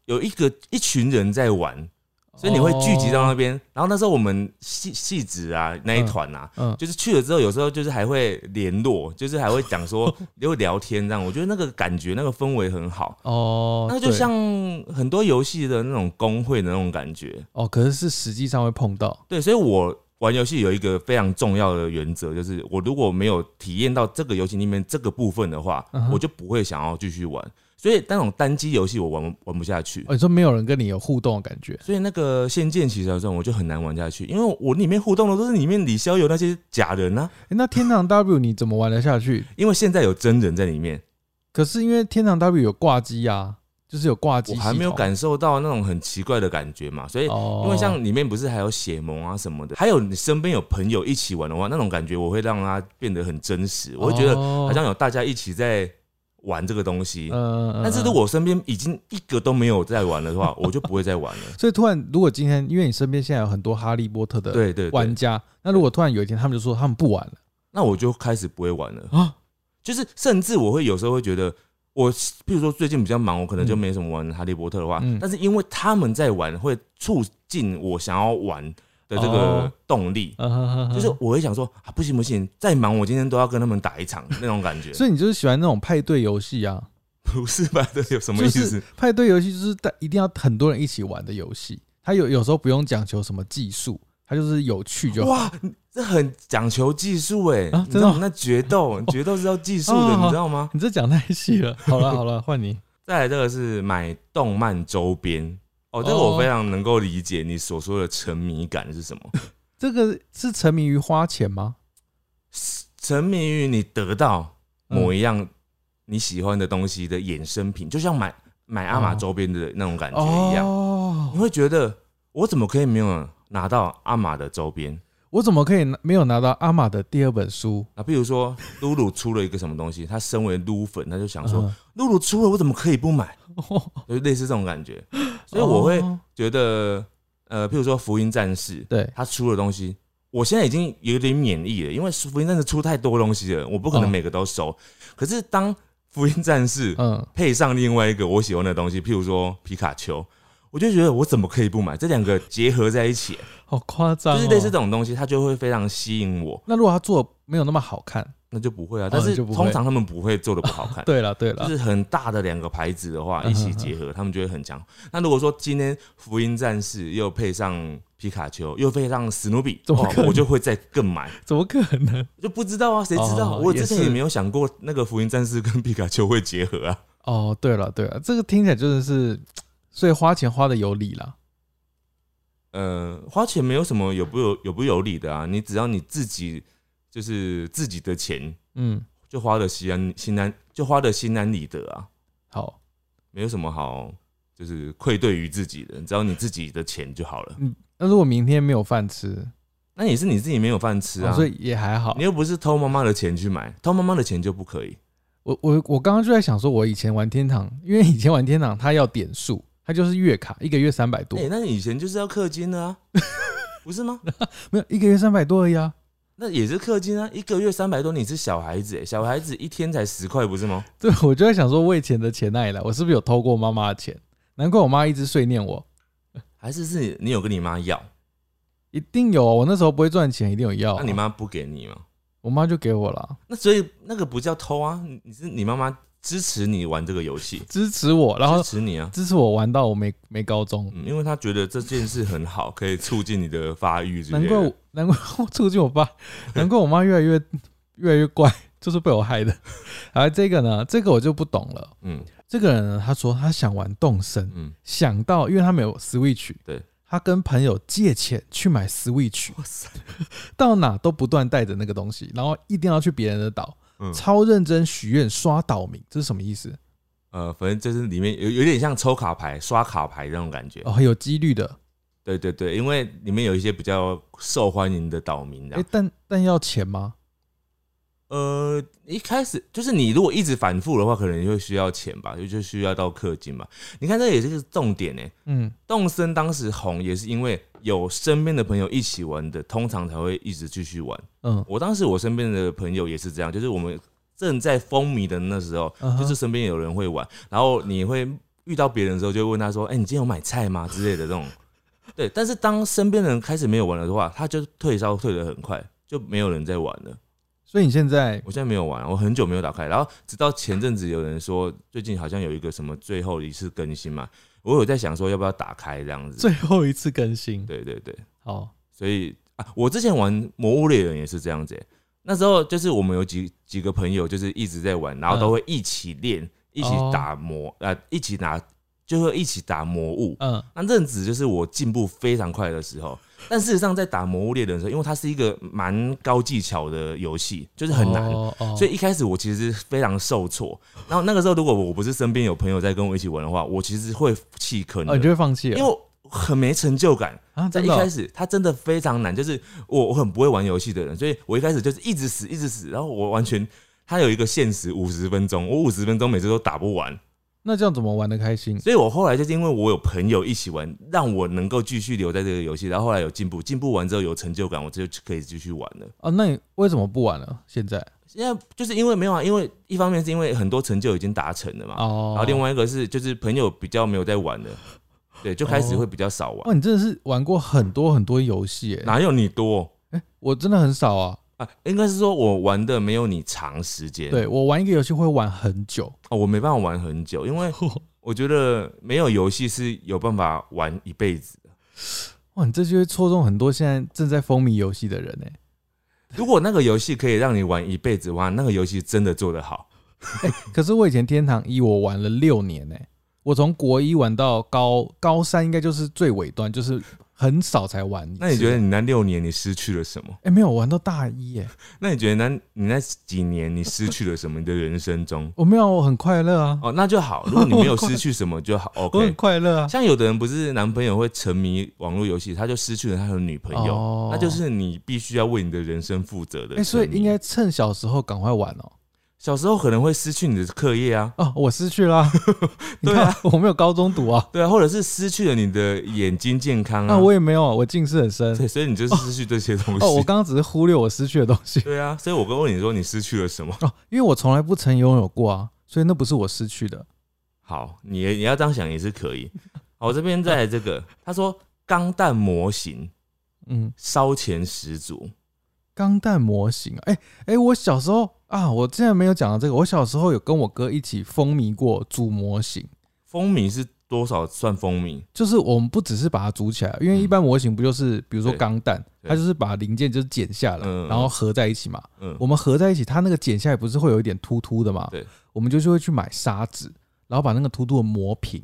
B: 有一个一群人在玩，所以你会聚集到那
A: 哦
B: 边。然后那时候我们戏戏子啊那一团啊，
A: 嗯，
B: 就是去了之后，有时候就是还会联络，就是还会讲说也会聊天这样。我觉得那个感觉那个氛围很好，
A: 哦，
B: 那就
A: 对
B: 像很多游戏的那种工会的那种感觉。
A: 哦，可是是实际上会碰到
B: 对，所以我玩游戏有一个非常重要的原则，就是我如果没有体验到这个游戏里面这个部分的话，
A: 嗯哼
B: 我就不会想要继续玩。所以那种单机游戏我玩玩不下去
A: 哦，。你说没有人跟你有互动的感觉。
B: 所以那个《仙剑奇侠传》我就很难玩下去，因为我里面互动的都是里面李逍遥那些假人啊，
A: 诶那天堂 W 你怎么玩得下去？
B: 因为现在有真人在里面，
A: 可是因为天堂 W 有挂机啊，就是有挂机
B: 我
A: 系统，
B: 还没有感受到那种很奇怪的感觉嘛。所以
A: 哦，
B: 因为像里面不是还有血盟啊什么的，还有你身边有朋友一起玩的话，那种感觉我会让它变得很真实，我会觉得
A: 好
B: 好像有大家一起在玩这个东西。
A: 哦嗯，嗯
B: 但是如果我身边已经一个都没有在 玩的话，我就不会再玩了。
A: 所以突然，如果今天因为你身边现在有很多哈利波特的
B: 对对
A: 玩
B: 对，
A: 家，那如果突然有一天他们就说他们不玩了
B: 那我就开始不会玩了。
A: 啊，
B: 就是甚至我会有时候会觉得，我比如说最近比较忙，我可能就
A: 嗯
B: 没什么玩哈利波特的话，
A: 嗯
B: 但是因为他们在玩，会促进我想要玩的这个
A: 哦
B: 动力。
A: 啊哈哈哈
B: 就是我会想说啊，不行不行，再忙我今天都要跟他们打一场那种感觉，
A: 所以你就是喜欢那种派对游戏啊？
B: 不是吧？这有什么
A: 就
B: 意
A: 是
B: 思？
A: 派对游戏就是大一定要很多人一起玩的游戏，它有有时候不用讲求什么技术，它就是有趣就好。
B: 哇，这很讲求技术哎、
A: 啊
B: 你知
A: 真
B: 道
A: 的
B: 吗？那决斗，决斗是要技术
A: 哦
B: 的，
A: 好
B: 你知道吗？
A: 你这讲太细 了，好了好了，换你。
B: 再来这个是买动漫周边哦，这个我
A: 哦
B: 非常能够理解你所说的沉迷感是什么，
A: 这个是沉迷于花钱吗？
B: 沉迷于你得到
A: 嗯
B: 某一样你喜欢的东西的衍生品，就像买买阿玛周边的那种感觉一样，你
A: 哦，
B: 会觉得我怎么可以没有拿到阿玛的周边？
A: 我怎么可以拿没有拿到阿玛的第二本书？
B: 啊，比如说露露出了一个什么东西，他身为撸粉，他就想说
A: 嗯
B: 露露出了，我怎么可以不买？就类似这种感觉，所以我会
A: 哦
B: 觉得，呃，譬如说《福音战士》，
A: 对
B: 他出的东西，我现在已经有点免疫了，因为《福音战士》出太多东西了，我不可能
A: 哦
B: 每个都收。可是当《福音战士》
A: 嗯，
B: 配上另外一个我喜欢的东西，譬如说皮卡丘，我就觉得我怎么可以不买？这两个结合在一起，
A: 好夸张、
B: 就
A: 哦，
B: 是类似这种东西，它就会非常吸引我，
A: 那如果他做得没有那么好看，
B: 那就不会啊。
A: 哦
B: 但是
A: 就不会
B: 通常他们不会做的不好看。
A: 对了对了，
B: 就是很大的两个牌子的话，
A: 嗯
B: 一起结合，他们就会很强。那如果说今天福音战士又配上皮卡丘，又配上史努比，哦
A: 怎么可能
B: 我就会再更买，
A: 怎么可能？
B: 就不知道啊，谁知道？
A: 哦
B: 我之前
A: 也
B: 也
A: 是
B: 没有想过那个福音战士跟皮卡丘会结合啊。
A: 哦，对了对了，这个听起来真的是，所以花钱花的有理啦。
B: 呃，花钱没有什么有不有有不有理的啊，你只要你自己就是自己的钱，
A: 嗯，
B: 就花的心安心安，就花的心安理得啊，
A: 好，
B: 没有什么好就是愧对于自己的，只要你自己的钱就好了。
A: 嗯，那如果明天没有饭吃，
B: 那也是你自己没有饭吃啊，
A: 哦所以也还好
B: 你。又不是偷妈妈的钱去买，偷妈妈的钱就不可以。
A: 我我我刚刚就在想说，我以前玩天堂，因为以前玩天堂它要点数，它就是月卡，一个月三百多
B: 哎、，那你以前就是要氪金的啊， 不是吗？
A: 没有一个月三百多而已啊，
B: 那也是氪金啊，一个月三百多，你是小孩子、欸，小孩子一天才十块，不是吗？
A: 对，我就在想说，我以前的钱哪里来？我是不是有偷过妈妈的钱？难怪我妈一直碎念我，
B: 还是是你有跟你妈要，
A: 一定有啊。我那时候不会赚钱，一定有要啊、
B: 那你妈不给你吗？
A: 我妈就给我了，
B: 那所以那个不叫偷啊，你你是你妈妈支持你玩这个游戏，
A: 支持我，然后
B: 支持你啊，
A: 支持我玩到我没没高中。
B: 嗯，因为她觉得这件事很好，可以促进你的发育之类
A: 难
B: 的。
A: 怪我， 难怪我促进我爸， 难怪我妈越来越越来越怪，就是被我害的。 而这个呢，这个我就不懂了。
B: 嗯
A: 这个人呢，他说他想玩动森，
B: 嗯，
A: 想到因为他没有 Switch，
B: 对，
A: 他跟朋友借钱去买 Switch，
B: 哇塞，
A: 到哪都不断带着那个东西，然后一定要去别人的岛，
B: 嗯
A: 超认真许愿刷岛民，这是什么意思？
B: 呃，反正就是里面有有点像抽卡牌、刷卡牌那种感觉。
A: 哦，很有几率的。
B: 对对对，因为里面有一些比较受欢迎的岛民，啊这
A: 哎、
B: 样。
A: 但但要钱吗？
B: 呃，一开始就是你如果一直反复的话，可能就会需要钱吧，就就需要到氪金吧。你看这也是个重点呢、欸
A: 嗯，
B: 动森当时红也是因为有身边的朋友一起玩的，通常才会一直继续玩。
A: 嗯，
B: 我当时我身边的朋友也是这样，就是我们正在风靡的那时候，
A: 嗯哼
B: 就是身边有人会玩，然后你会遇到别人的时候，就会问他说：“哎、你今天有买菜吗？”之类的这种。对，但是当身边的人开始没有玩了的话，他就退烧退得很快，就没有人在玩了。
A: 所以你现在
B: 我现在没有玩，我很久没有打开。然后直到前阵子有人说，最近好像有一个什么最后一次更新嘛，我有在想说要不要打开这样子。
A: 最后一次更新，
B: 对对对，
A: 好，
B: 所以啊，我之前玩《魔物猎人》也是这样子欸、那时候就是我们有几几个朋友，就是一直在玩，然后
A: 嗯
B: 都会一起练，一起
A: 哦
B: 打魔，呃，一起拿，就会一起打魔物。
A: 嗯，
B: 那阵子就是我进步非常快的时候，但事实上在打《魔物猎人》的时候，因为它是一个蛮高技巧的游戏，就是很难，
A: 哦哦
B: 所以一开始我其实非常受挫。然后那个时候，如果我不是身边有朋友在跟我一起玩的话，我其实会弃坑的，
A: 哦，你就会放弃
B: 因
A: 了，
B: 为我很没成就感。
A: 啊，
B: 在
A: 真
B: 一
A: 的哦、
B: 开始，它真的非常难，就是我我很不会玩游戏的人，所以我一开始就是一直死，一直死，然后我完全它有一个限时五十分钟，我五十分钟每次都打不完，
A: 那这样怎么玩的开心？
B: 所以我后来就是因为我有朋友一起玩，让我能够继续留在这个游戏，然后后来有进步，进步完之后有成就感，我就可以继续玩了。
A: 哦，那你为什么不玩了？现在
B: 现在就是因为没有啊，因为一方面是因为很多成就已经达成了嘛，
A: 哦，
B: 啊然后另外一个是就是朋友比较没有在玩了，对，就开
A: 哦
B: 始会比较少玩，
A: 哇，你真的是玩过很多很多游戏耶，
B: 哪有你多
A: 我真的很少啊。
B: 啊？应该是说我玩的没有你长时间，
A: 对我玩一个游戏会玩很久，
B: 哦，我没办法玩很 久，因为我觉得没有游戏是有办法玩一辈子的。
A: 哇，你这就会戳中很多现在正在风靡游戏的人哎。
B: 如果那个游戏可以让你玩一辈子的话，那个游戏真的做得好。
A: 可是我以前天堂一我玩了六年呢、我从国一玩到高高三，应该就是最尾端，就是很少才玩一次。
B: 那你觉得你那六年你失去了什么？
A: 哎、没有，我玩到大一耶、
B: 那你觉得那你那几年你失去了什么？你的人生中
A: 我没有，我很快乐啊，
B: 哦，那就好。如果你没有失去什么就好
A: 我很
B: ，OK。
A: 快乐啊。
B: 像有的人不是男朋友会沉迷网络游戏，他就失去了他的女朋友，
A: 哦
B: 那就是你必须要为你的人生负责
A: 哎、
B: 的沉迷。
A: 所以应该趁小时候赶快玩哦。
B: 小时候可能会失去你的课业啊，
A: 哦，我失去啦、 你
B: 对
A: 看、
B: 啊
A: 我没有高中读啊，
B: 对啊，或者是失去了你的眼睛健康
A: 那、
B: 啊，
A: 我也没有，我近视很深。
B: 对，所以你就失去这些东西。
A: 哦，我刚刚只是忽略我失去的东西
B: 对啊，所以我刚问你说你失去了什么？
A: 哦，因为我从来不曾拥有过啊，所以那不是我失去的。
B: 好，你也你要这样想也是可以。好，我这边再来 这个，他说钢弹模型
A: 嗯，
B: 烧钱十足，
A: 钢弹模型啊，哎、哎、我小时候啊，我竟然没有讲到这个。我小时候有跟我哥一起风靡过组模型，
B: 风靡是多少算风靡？
A: 就是我们不只是把它组起来，啊因为一般模型不就是比如说
B: 嗯对
A: 钢弹，
B: 对
A: 它就是把零件就是剪下来，
B: 嗯
A: 然后合在一起嘛。
B: 嗯
A: 我，们合在一起，它那个剪下来不是会有一点凸凸的嘛？
B: 对，
A: 我们就是会去买砂纸，然后把那个凸凸的磨平，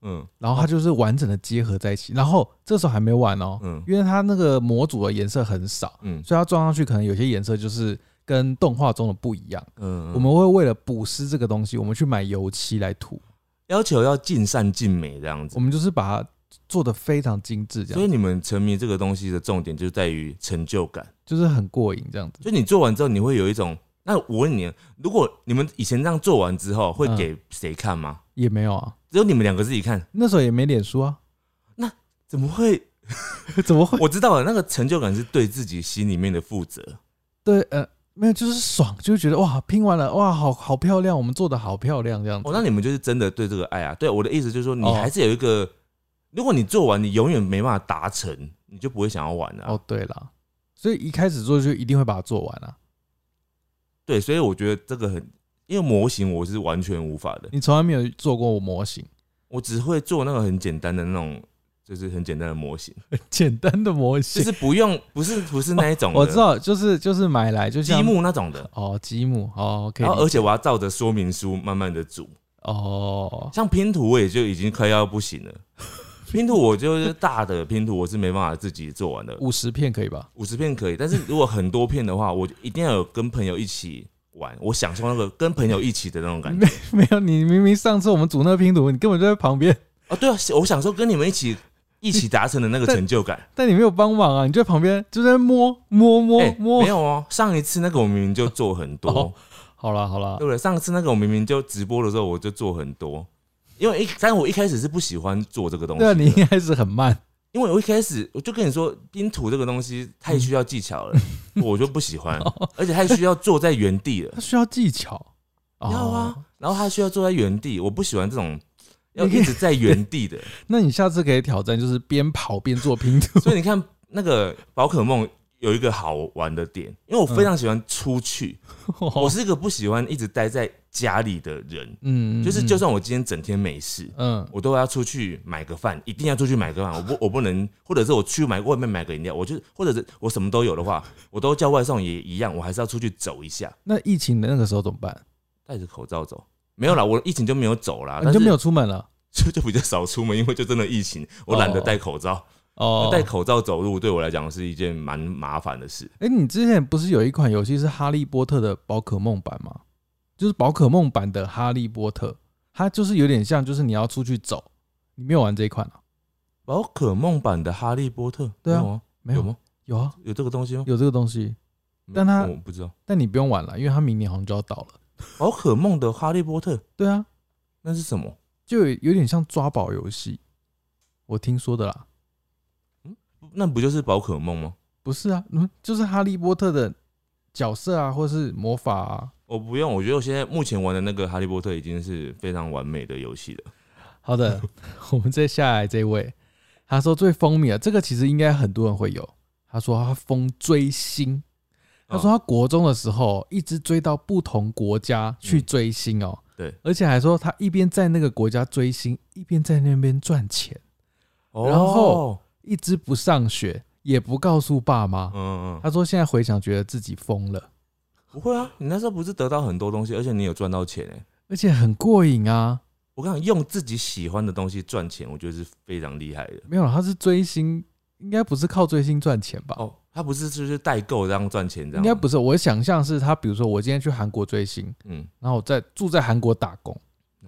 B: 嗯
A: 然后它就是完整的结合在一起。然后这时候还没完哦，
B: 嗯
A: 因为它那个模组的颜色很少，
B: 嗯
A: 所以它装上去可能有些颜色就是跟动画中的不一样。
B: 嗯，
A: 我们会为了补湿这个东西，我们去买油漆来涂，
B: 要求要尽善尽美这样子
A: 我。们就是把它做的非常精致，这
B: 所以
A: 样
B: 你们沉迷这个东西的重点就在于成就感。
A: 就是很过瘾这样子。
B: 就你做完之后，你会有一种……那我问你，如果你们以前这样做完之后，会
A: 嗯
B: 给谁看吗？
A: 也没有啊，
B: 只有你们两个自己看，
A: 那时候也没脸书 啊，
B: 怎么会？
A: 怎 么会？
B: 我知道了，那个成就感是对自己心里面的负责。
A: 对，呃，没有，就是爽，就是觉得哇，拼完了，哇，好好漂亮，我们做的好漂亮这样子。
B: 哦，那你们就是真的对这个爱啊？对，我的意思就是说，你
A: 哦
B: 还是有一个，如果你做完，你永远没办法达成，你就不会想要玩了、啊。
A: 哦，对啦，所以一开始做就一定会把它做完啊，
B: 对，所以我觉得这个很，因为模型我是完全无法的，
A: 你从来没有做过模型，
B: 我只会做那个很简单的那种，就是很简单的模型，
A: 简单的模
B: 就
A: 型。
B: 是不用，不是不是那一种的、
A: 哦我知道，就是就是买来就像
B: 积木那种的。
A: 哦，积木哦，可以
B: 然后，
A: 理
B: 而且我要照着说明书慢慢的组，
A: 哦，
B: 像拼图我也就已经快要不行了。 拼图我就是大的拼图，我是没办法自己做完的。
A: 五十片可以吧？
B: 五十片可以，但是如果很多片的话，我一定要有跟朋友一起玩，我享受那个跟朋友一起的那种感觉
A: 没没有，你明明上次我们组那个拼图，你根本就在旁边，
B: 啊！对啊，我享受跟你们一起一起达成的那个成就感。
A: 但你没有帮忙啊，你就在旁边就在摸摸摸
B: 哎
A: 摸。
B: 没有哦，上一次那个我明明就做很多，
A: 哦好啦好啦
B: 对，不对？上次那个我明明就直播的时候我就做很多，因为一，但我一开始是不喜欢做这个东西
A: 对啊，
B: 的，
A: 你一开始很慢，
B: 因为我一开始我就跟你说，拼图这个东西太需要技巧 了，我就不喜欢，
A: 哦
B: 而且太需要坐在原地了
A: 它。需要技巧。哦
B: 要啊，，然后他需要坐在原地，我不喜欢这种要
A: 你可以
B: 一直在原 地的。
A: 那你下次可以挑战，就是边跑边做拼图。
B: 所以你看那个宝可梦有一个好玩的点，因为我非
A: 嗯
B: 常喜欢出去，
A: 哦
B: 我是一个不喜欢一直待在家里的人，
A: 嗯，
B: 就是就算我今天整天没事。
A: 嗯
B: 我都要出去买个饭，一定要出去买个饭。我不，我不能，或者是我去买外面买个饮料，我就或者是我什么都有的话，我都叫外送也一样，我还是要出去走一下，
A: 那疫情的那个时候怎么办？
B: 戴着口罩走。没有啦，我疫情就没有走
A: 嗯
B: 啦，
A: 啊你
B: 啊但
A: 就是没有出门了
B: 就就比较少出门，因为就真的疫情，我懒得戴口罩。
A: 哦。
B: 戴口罩走路对我来讲是一件蛮麻烦的事。
A: 哎、你之前不是有一款游戏是《哈利波特》的宝可梦版吗？就是宝可梦版的《哈利波特》，它就是有点像，就是你要出去走。你没有玩这一款啊？
B: 宝可梦版的哈利波特，
A: 对啊
B: 没有吗？
A: 没
B: 有
A: 有？
B: 吗？
A: 有啊，
B: 有这个东西吗？
A: 有这个东西，
B: 没
A: 但它
B: 我不知道。
A: 但你不用玩了，因为它明年好像就要倒了。
B: 宝可梦的哈利波特
A: 对啊，
B: 那是什么？
A: 就有有点像抓宝游戏，我听说的啦。
B: 那不就是宝可梦吗？
A: 不是啊，嗯，就是哈利波特的角色啊，或是魔法啊。
B: 我哦不用，我觉得我现在目前玩的那个哈利波特已经是非常完美的游戏了。
A: 好的， 我们接下来这位，他说最风靡的啊这个其实应该很多人会有。他说他疯追星，他说他国中的时候一直追到不同国家去追星哦，
B: 对，
A: 而且还说他一边在那个国家追星，一边在那边赚钱，
B: 哦
A: 然后一直不上学，也不告诉爸妈。
B: 嗯嗯，嗯
A: 他说现在回想，觉得自己疯了，
B: 不会啊，你那时候不是得到很多东西，而且你有赚到钱哎、
A: 而且很过瘾啊。
B: 我跟你讲，用自己喜欢的东西赚钱，我觉得是非常厉害的。
A: 没有啦，他是追星，应该不是靠追星赚钱吧？
B: 哦，他不是就是代购这样赚钱这
A: 应
B: 样？
A: 该不，是，我想象是他，比如说我今天去韩国追星，
B: 嗯，
A: 然后我在住在韩国打工，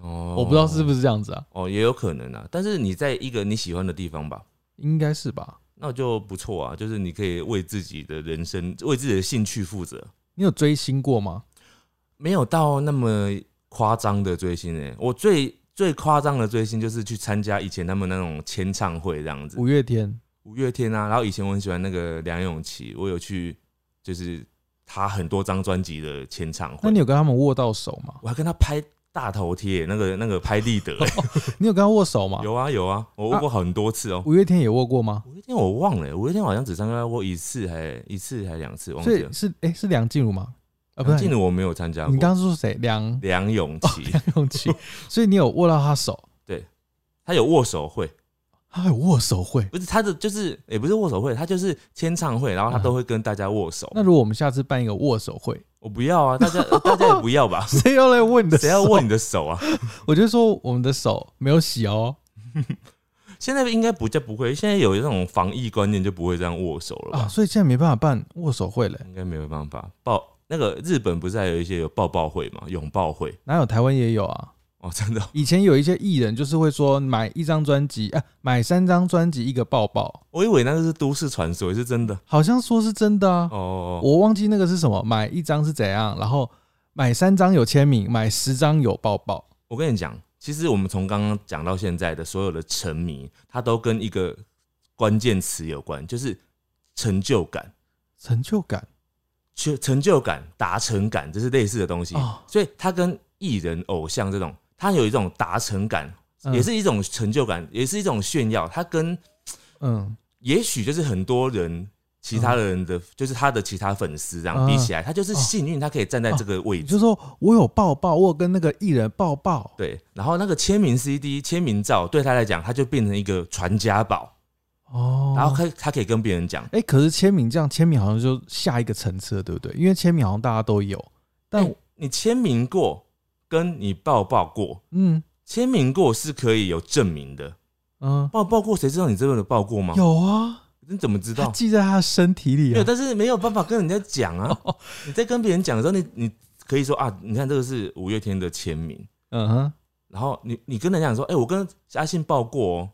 B: 哦
A: 我不知道是
B: 是
A: 不是这样子啊，
B: 哦，也有可能啊。但是你在一个你喜欢的地方吧，
A: 应该是吧？
B: 那就不错啊，就是你可以为自己的人生、为自己的兴趣负责，
A: 你有追星过吗？
B: 没有到那么夸张的追星诶、欸我最最夸张的追星就是去参加以前他们那种签唱会这样子，
A: 五月天，
B: 五月天啊，然后以前我很喜欢那个梁咏琪，我有去就是他很多张专辑的签唱
A: 那
B: 会
A: 你，有跟他们握到手吗？
B: 我还跟他拍大头贴，那个那个拍立 得、欸。
A: 你有跟他握手吗？
B: 有啊有啊，我握过很多次哦、
A: 五月天也握过吗？
B: 五月天我忘了、五月天好像只参加过一次还一次还两次，忘
A: 所
B: 记了
A: 以。是哎、是梁静茹吗？啊，不
B: 梁
A: 是，
B: 静茹我没有参加过。
A: 你刚刚哦说谁？ 梁
B: 梁咏琪，
A: 梁咏琪，所以你有握到他手，
B: 他有握手会，
A: 他有握手会。
B: 不是他的就是也不是握手会，他就是签唱会，然后他
A: 嗯
B: 都会跟大家握手。
A: 那如果我们下次办一个握手会，
B: 我不要啊，大家大家也不 要吧，
A: 谁要来握你的手？
B: 谁要握你？的手啊？
A: 我就说我们的手没有洗哦。
B: 现在应该不叫不会，现在有那种防疫观念就不会这样握手了
A: 啊，
B: 吧？
A: 所以现在没办法办握手会嘞，
B: 应该没有办法抱那个日本不是还有一些有抱抱会嘛，拥抱会，
A: 哪有台湾也有啊？
B: 哦，真的哦，
A: 以前有一些艺人就是会说买一张专辑，啊，买三张专辑一个抱抱，
B: 我以为那个是都市传说，也是真的
A: 好像说是真的啊，
B: 哦。
A: 我忘记那个是什么，买一张是怎样，然后买三张有签名，买十张有抱抱。
B: 我跟你讲，其实我们从刚刚讲到现在的所有的沉迷，它都跟一个关键词有关，就是成就感、
A: 成就感
B: 成成就感、达成感，这是类似的东西。
A: 哦，
B: 所以它跟艺人、偶像这种，它有一种达成感，
A: 嗯
B: 也是一种成就感，也是一种炫耀。它跟
A: 嗯，
B: 也许就是很多人。其他人的、就是他的其他粉丝这样、
A: 嗯哦
B: 比起来，他就是幸运，他可以站在这个位
A: 也
B: 置。
A: 就是说我有抱抱，我有跟那个艺人抱抱，
B: 对，然后那个签名 CD、签名照对他来讲，他就变成一个传家宝，
A: 哦，
B: 然后他他可以跟别人讲，
A: 哎、可是签名这样签名好像就下一个层次了，对不对？因为签名好像大家都有，但、
B: 哎你签名过，跟你抱抱过，
A: 嗯
B: 签名过是可以有证明的，
A: 嗯，
B: 抱抱过谁知道你真的有抱过吗？
A: 有啊，
B: 你怎么知
A: 他
B: 道？
A: 记在他的身体里
B: 没有，
A: 啊。
B: 但是没有办法跟人家讲啊。 你在跟别人讲的时候，你你可以说啊，你看这个是五月天的签名，
A: 嗯哼，
B: 然后你你跟人家讲说，哎、我跟嘉信抱过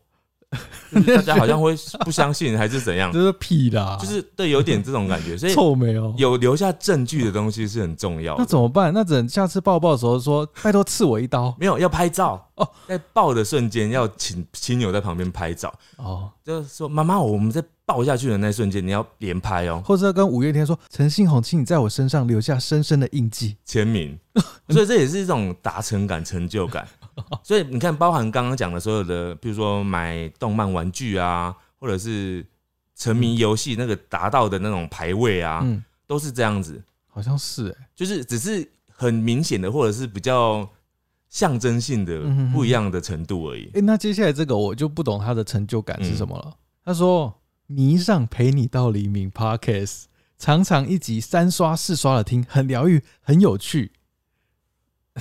B: 哦，就是大家好像会不相信还是怎样
A: 这，是屁啦、
B: 就是对，有点这种感觉，所以
A: 臭美哦。
B: 有留下证据的东西是很重要
A: 那
B: 的。
A: 怎么办？那只能下次抱抱的时候说，拜托刺我一刀
B: 没有要拍照
A: 哦
B: 哦，在抱的瞬间要请亲友在旁边拍照，
A: 哦，
B: 就是说妈妈，我们在抱下去的那一瞬间，你要连拍哦，
A: 或者跟五月天说，陈信宏，请你在我身上留下深深的印记。
B: 签名，所以这也是一种达成感、成就感。所以你看，包含刚刚讲的所有的，比如说买动漫玩具啊，或者是沉迷游戏那个达到的那种排位啊，
A: 嗯，
B: 都是这样子，
A: 好像是哎、
B: 就是只是很明显的，或者是比较象征性的
A: 嗯哼哼
B: 不一样的程度而已
A: 哎、。那接下来这个我就不懂他的成就感是什么了。
B: 嗯
A: 他说迷上陪你到黎明 Podcast，常常一集三刷四刷的听，很疗愈，很有趣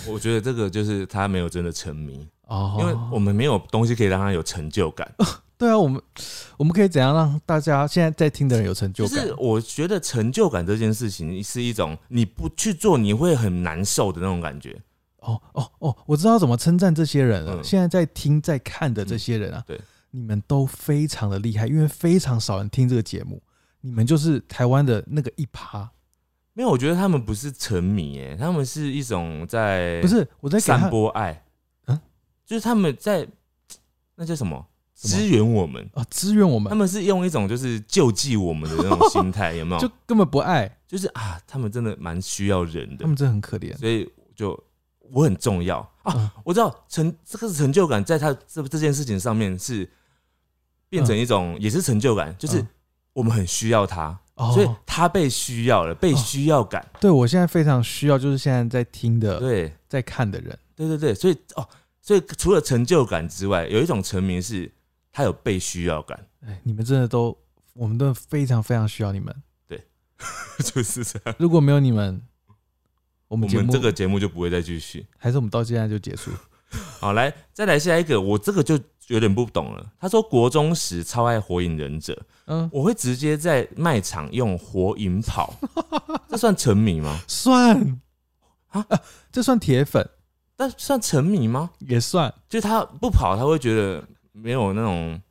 B: 我觉得这个就是他没有真的沉迷，
A: 哦。
B: 因为我们没有东西可以让他有成就感。
A: 对啊，我们我们可以怎样让大家现在在听的人有成就
B: 就
A: 感？
B: 是我觉得成就感这件事情是一种你不去做你会很难受的那种感觉。
A: 哦哦哦，我知道怎么称赞这些人了。
B: 嗯
A: 现在在听在看的这些人啊，
B: 嗯对，
A: 你们都非常的厉害，因为非常少人听这个节目，你们就是台湾的那个一趴。
B: 没有，我觉得他们不是沉迷，哎，他们是一种在
A: 不是我在给
B: 散
A: 他
B: 播爱，
A: 嗯
B: 就是他们在那叫什么
A: 什么
B: 支援我们，
A: 啊支援我
B: 他
A: 们，
B: 们哦是用一种就是救济我们的那种心 态，有没有？
A: 就
B: 就
A: 根本不爱
B: 是啊，他们真的蛮需要人
A: 他
B: 的
A: 们，真的很可怜。
B: 所以就我很重要啊，
A: 嗯
B: 我知道成这个成就感在他这这件事情上面是变成一种、也是成就感，就是
A: 嗯
B: 我们很需要他，
A: 哦，
B: 所以他被需要了，被需要感，
A: 对我现在非常需要，就是现在在听的、
B: 对。
A: 在看的人。
B: 对对对，所以哦，所以除了成就感之外，有一种沉迷是他有被需要 感，
A: 哎，你们真的都，我们都非常非常需要 你们。
B: 就是这样。
A: 如果没有你们，我
B: 我
A: 们节
B: 们
A: 目
B: 这个节目就不会再继续。
A: 还是我们到现在就结束。
B: 好，来再来下一个，我这个就有点不懂了。他说国中时超爱火影忍者，
A: 嗯，
B: 我会直接在卖场用火影跑，这算沉迷吗？
A: 算
B: 啊
A: 啊，这算铁粉
B: 但算沉迷吗？
A: 也算，
B: 就是他不跑，他会觉得没有那种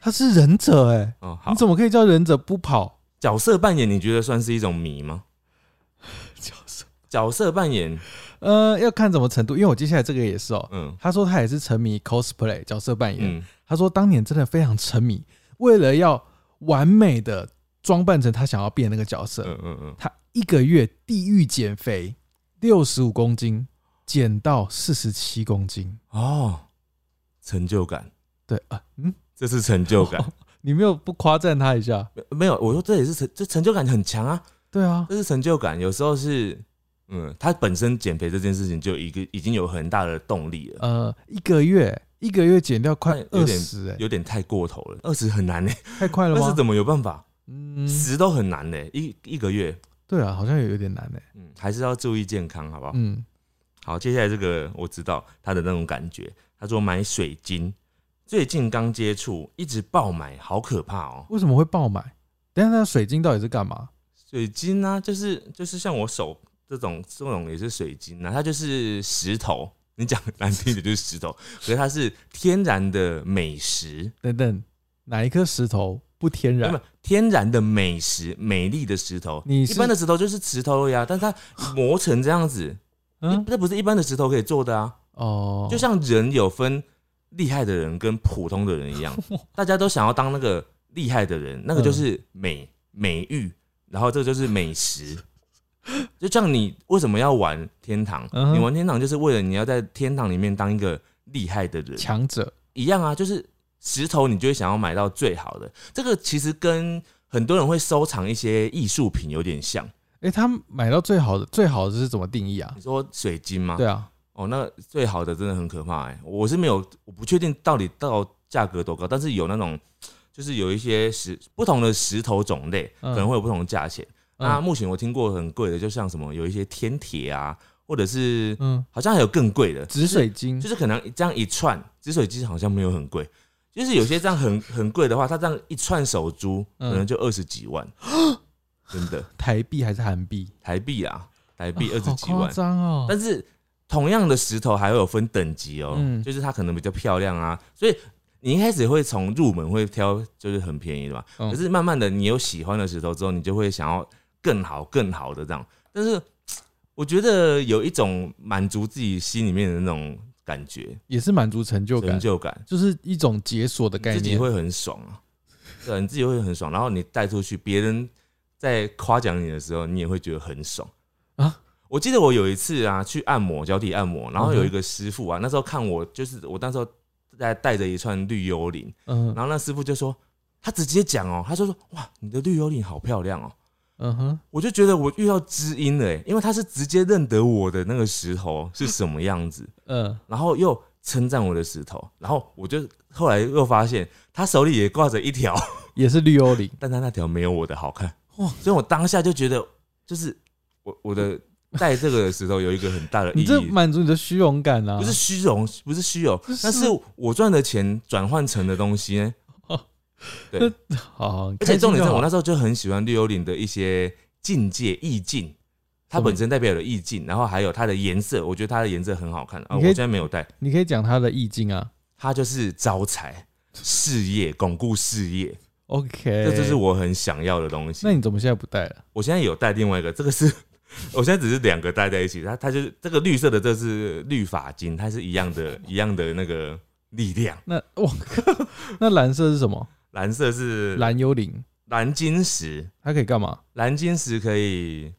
A: 他是忍者哎、
B: 嗯好
A: 你怎么可以叫忍者不跑？
B: 角色扮演，你觉得算是一种迷吗？
A: 角色
B: 角色扮演，
A: 呃，要看怎么程度，因为我接下来这个也是哦。
B: 嗯
A: 他说他也是沉迷 cosplay 角色扮演，
B: 嗯，
A: 他说当年真的非常沉迷，为了要完美的装扮成他想要变的那个角色，
B: 嗯嗯嗯，
A: 他一个月地狱减肥六十五公斤，减到四十七公斤。
B: 哦，成就感，
A: 对啊，嗯，哦
B: 这是成就感。
A: 你没有不夸赞他一下？
B: 没没有，我说这也是成，这成就感很强啊，
A: 对啊，
B: 这是成就感。有时候是，嗯，他本身减肥这件事情就一个已经有很大的动力了，
A: 呃，一个月一个月减掉快
B: 那
A: 二
B: 有点
A: 十，哎，
B: 有点太过头了。二十很难呢、欸
A: 太快了
B: 二
A: 吗
B: 十？怎么有办法？
A: 嗯，
B: 十都很难呢、欸一一个月，
A: 对啊，好像有有点难哎。
B: 嗯，还是要注意健康，好不好？
A: 嗯，
B: 好，接下来这个我知道他的那种感觉，他说买水晶，最近刚接触，一直爆买，好可怕哦。
A: 为什么会爆买？等一下，那水晶到底是干嘛？
B: 水晶啊，就是就是像我手这种这种也是水晶啊，它就是石头，你讲难听一点就是 石头，可是它是天然的美食，
A: 等等，哪一颗石头不天
B: 那
A: 然
B: 么？天然的美食，美丽的石头。
A: 你
B: 一
A: 是
B: 般的石头就是石头呀、但是它磨成这样子，
A: 嗯，
B: 那不是一般的石头可以做的啊。
A: 哦，
B: 就像人有分厉害的人跟普通的 人一样，大家都想要当那个厉害的人，那个
A: 嗯
B: 就是美、美玉，然后这就是美食。就像你为什么要玩天堂？
A: 嗯哼
B: 你玩天堂就是为了你要在天堂里面当一个厉害的人，
A: 强者，
B: 一样啊，就是石头，你就会想要买到最好的。这个其实跟很多人会收藏一些艺术品有点像。
A: 哎，他买到最好的，最好的是怎么定义啊
B: 你？说水晶吗？
A: 对啊，
B: 哦，那最好的真的很可怕哎、我是没有，我不确定到底到价格多高，但是有那种就是有一些石不同的石头种类
A: 嗯
B: 可能会有不同的价钱。那
A: 嗯
B: 目前我听过很贵的，就像什么有一些天铁啊，或者是
A: 嗯，
B: 好像还有更贵的
A: 紫，水晶
B: 就是就是可能这样一串紫水晶好像没有很贵。就是有些这样很很贵的话，它这样一串手珠
A: 嗯
B: 可能就二十 几万，真的
A: 台币还是韩币？
B: 台币啊，台币二
A: 好
B: 十几万
A: 夸，张哦！
B: 但是同样的石头还会有分等级哦，
A: 嗯
B: 就是它可能比较漂亮啊，所以你一开始会从入门会挑就是很便宜的嘛，
A: 嗯
B: 可是慢慢的你有喜欢的石头之后，你就会想要更好更好的这样，但是我觉得有一种满足自己心里面的那种感觉，
A: 也是满足成就
B: 成
A: 感，
B: 就感，
A: 就是一种解锁的概
B: 自己
A: 念。
B: 会很爽啊，对啊，你自己会很爽，然后你带出去，别人在夸奖你的时候，你也会觉得很爽
A: 啊
B: 啊。我记得我有一次啊，去按摩脚底按摩，然后有一个师傅
A: 嗯
B: 啊，那时候看我就是我那时候在带着一串绿幽灵，
A: 嗯
B: 然后那师傅就说，他直接讲哦，他就说哇，你的绿幽灵好漂亮哦。
A: 嗯哼，
B: 我就觉得我遇到知音了欸，因为他是直接认得我的那个石头是什么样子，
A: 嗯，
B: 然后又称赞我的石头，然后我就后来又发现他手里也挂着一条，
A: 也是绿幽灵。
B: 但他那条没有我的好看，
A: 哇
B: 所以我当下就觉得，就是我我的戴这个石头有一个很大的意
A: 你这
B: 义，
A: 满足你的虚荣感啊！
B: 不是虚荣，不是虚荣，
A: 是
B: 那是我赚的钱转换成的东西呢。对，
A: 好，好，
B: 而且重点是我
A: 那
B: 那时候就很喜欢绿幽灵的一些境界意境。它本身代表了意境，然后还有它的颜色，我觉得它的颜色很好看
A: 你
B: 啊！我
A: 可以
B: 现在没有戴，
A: 你可以讲它的意境啊。
B: 它就是招财、事业、巩固事业，
A: OK，
B: 这就是。我很想要的东西。
A: 那你怎么现在不戴了？
B: 我现在有带另外一个，这个是我现在只是两个带在一起，它它就是这个绿色的，这是绿发巾，它是一样的，一样的那个力量。
A: 那哇， 那蓝色是什么？
B: 蓝色是蓝
A: 蓝幽灵，
B: 蓝晶石，
A: 它可以干嘛？
B: 蓝晶石可以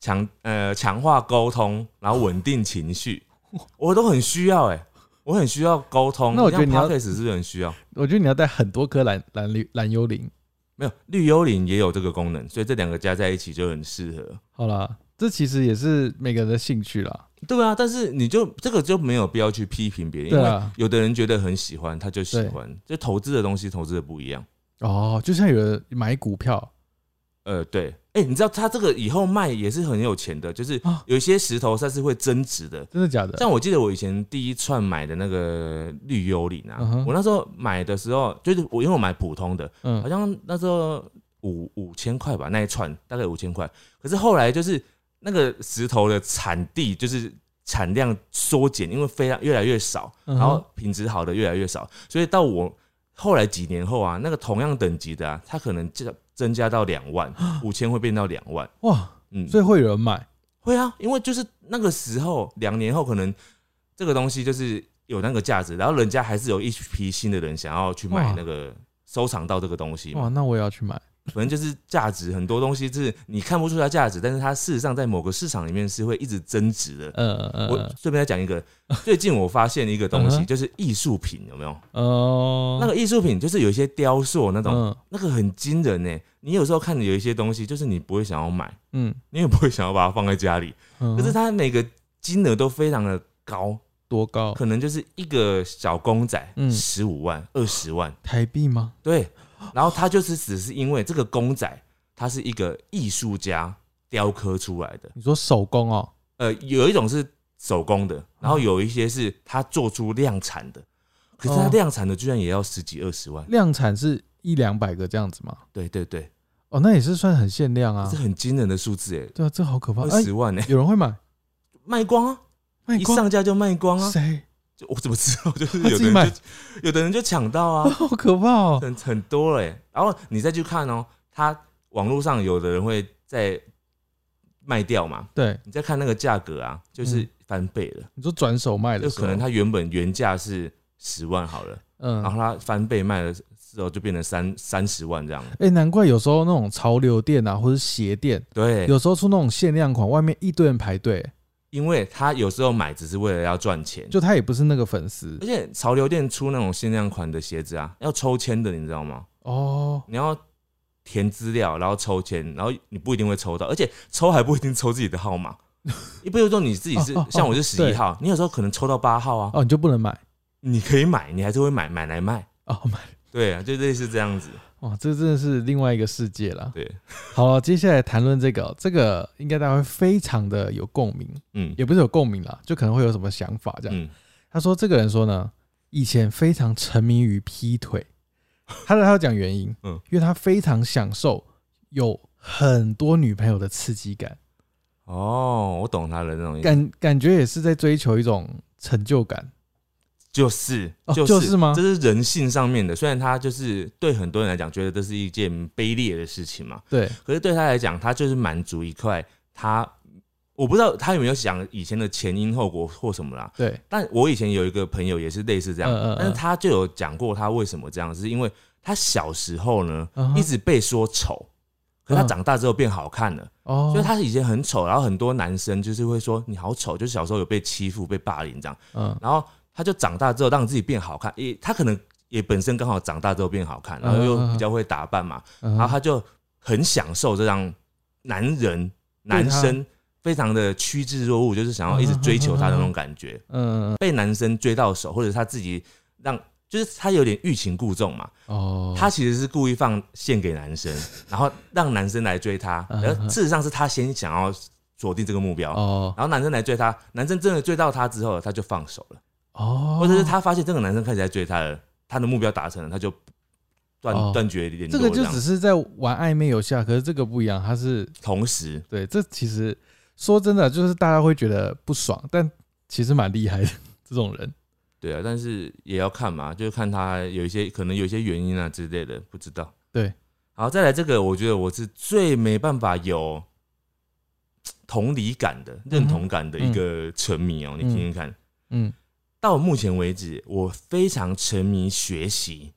B: 强呃强化沟通，然后稳定 情绪，我都很需要哎、我很需要沟通。
A: 那我觉得你要
B: p o d c a s 是不是很需要？
A: 我觉得你要戴很多颗蓝蓝绿蓝幽灵。
B: 没有绿幽灵也有这个功能，所以这两个加在一起就很适合。
A: 好啦，这其实也是每个人的兴趣啦。
B: 对啊，但是你就这个就没有必要去批评别人，因
A: 对
B: 为
A: 啊，
B: 有的人觉得很喜欢，他就喜欢。就投资的东西，投资的不一样。
A: 哦，就像有人买股票，
B: 呃，对，哎、你知道他这个以后卖也是很有钱的，就是
A: 啊
B: 有一些石头它是会增值的。
A: 真的假的？
B: 像我记得我以前第一串买的那个绿幽灵啊
A: 嗯哼
B: 我那时候买的时候，就是我因为我买普通的，好
A: 嗯，
B: 像那时候五五千块吧，那一串大概五千块。可是后来就是那个石头的产地就是产量缩减，因为非常越来越少，
A: 嗯哼
B: 然后品质好的越来越少，所以到我后来几年后啊，那个同样等级的啊，它可能就增加到 两万，五千会变到两万，
A: 哇，
B: 嗯，
A: 所以会有人买。
B: 会啊，因为就是那个时候两年后可能这个东西就是有那个价值，然后人家还是有一批新的人想要去
A: 哇
B: 买那个收藏到这个东西嘛
A: 哇，那我也要去买。
B: 反正就是价值，很多东西是你看不出它价值，但是它事实上在某个市场里面是会一直增值的。
A: 嗯嗯
B: 我
A: 嗯
B: 顺便再讲一个，最近我发现一个东
A: 嗯
B: 西，
A: 哼
B: 就是艺术品，有没有？
A: 嗯，哦，
B: 那个艺术品就是有一些雕塑那种，
A: 嗯
B: 那个很惊人呢。你有时候看有一些东西，就是你不会想要买，
A: 嗯
B: 你也不会想要把它放在家里，
A: 嗯，
B: 可是它每个金额都非常的高，
A: 多高？
B: 可能就是一个小公仔
A: 哦嗯
B: 十五万、二十万，
A: 台币吗？
B: 对，然后他就是只是因为这个公仔，他是一个艺术家雕刻出来的。
A: 你说手工哦？
B: 呃，有一种是手工的，然后有一些是他做出量产的。可是他
A: 哦
B: 量产的居然也要十几二十万，
A: 量产是一两百个这样子吗？
B: 对对对，
A: 哦，那也是算很限量啊
B: 这。很惊人的数字哎，
A: 对啊，这好可怕！
B: 二
A: 哎，
B: 十万哎，
A: 有人会买？
B: 卖光啊！
A: 卖
B: 一
A: 光
B: 上架就卖光啊！
A: 谁？
B: 就我怎么知道？ 就是
A: 他
B: 有
A: 自
B: 的
A: 己
B: 人
A: 买
B: 就，有的人就抢到 啊，
A: 好可怕哦！
B: 很很多嘞、然后你再去看哦，他网络上有的人会再卖掉嘛，
A: 对，
B: 你再看那个价格啊，就是翻倍了，
A: 你说转手嗯卖的
B: 就
A: 时候，
B: 可能他原本原价是十万好了，
A: 嗯
B: 然，后他翻倍卖了之后就变成三三十万这样。
A: 哎、难怪有时候那种潮流店啊，或是鞋店，
B: 对，
A: 有时候出那种限量款，外面一堆人排队，
B: 因为他有时候买只是为了要赚钱，
A: 就他也不是那个粉丝
B: 而且潮流店出那种限量款的鞋子啊，要抽签的，你知道吗？
A: 哦。
B: 你要填资料，然后抽签，然后你不一定会抽到，而且抽还不一定抽自己的 号码。你比如说你自己是
A: 哦哦哦
B: 像我是十一号，你有时候可能抽到八号啊，
A: 哦，你就不能买
B: 你可以买，你还是会买买来卖。
A: 哦，买
B: 对啊，就类似这样子。
A: 哇，这真的是另外一个世界啦。
B: 对，
A: 好，接下来谈论这个哦，这个应该大家会非常的有共鸣，
B: 嗯
A: 也不是有共鸣啦，就可能会有什么想法这样。
B: 嗯，
A: 他说这个人说呢，以前非常沉迷于劈腿，他的他要讲原因，嗯
B: 嗯，
A: 因为他非常享受有很多女朋友的刺激感，
B: 哦，我懂他的那种意思，
A: 感感觉也是在追求一种成就感，
B: 就是
A: 哦
B: 就是、
A: 就是吗
B: 这是人性上面的，虽然他就是对很多人来讲，觉得这是一件卑劣的事情嘛，
A: 对，
B: 可是对他来讲，他就是满足一块他。我不知道他有没有想以前的前因后果或什么啦，
A: 对，
B: 但我以前有一个朋友也是类似这样，
A: 嗯嗯嗯
B: 但是他就有讲过他为什么这样，是因为他小时候呢、
A: 嗯哼嗯
B: 一直被说丑，可他长大之后变好看了，
A: 哦，
B: 所以他以前很丑，然后很多男生就是会说你好丑，就是小时候有被欺负、被霸凌这样，
A: 嗯
B: 然后他就长大之后让自己变好看，也他可能也本身刚好长大之后变好看，然后又
A: 嗯嗯嗯
B: 比较会打扮嘛，
A: 嗯
B: 然后他就很享受这让男人、
A: 对他
B: 男生非常的趋之若鹜，就是想要一直追求他的那种感觉。
A: 嗯嗯
B: 被男生追到手，或者他自己让，就是他有点欲擒故纵嘛。
A: 哦，
B: 他其实是故意放线给男生，然后让男生来追他，
A: 嗯
B: 然后事实上是他先想要锁定这个目标，
A: 哦
B: 然后男生来追他，男生真的追到他之后，他就放手了，
A: 哦，
B: 或者是他发现这个男生开始在追他了，他的目标达成了，他就
A: 哦
B: 断断绝联
A: 这
B: 络
A: 个
B: 样。
A: 就只是在玩暧昧游戏啊，可是这个不一样，他是
B: 同时，
A: 对，这其实说真的，就是大家会觉得不爽，但其实蛮厉害的 这种人。
B: 对啊，但是也要看嘛，就是看他有一些可能有一些原因啊之类的，不知道。
A: 对，
B: 好，再来这个，我觉得我是最没办法有同理感的、认同感的一个沉迷哦、你听听看。
A: 嗯，
B: 到目前为止，我非常沉迷学习，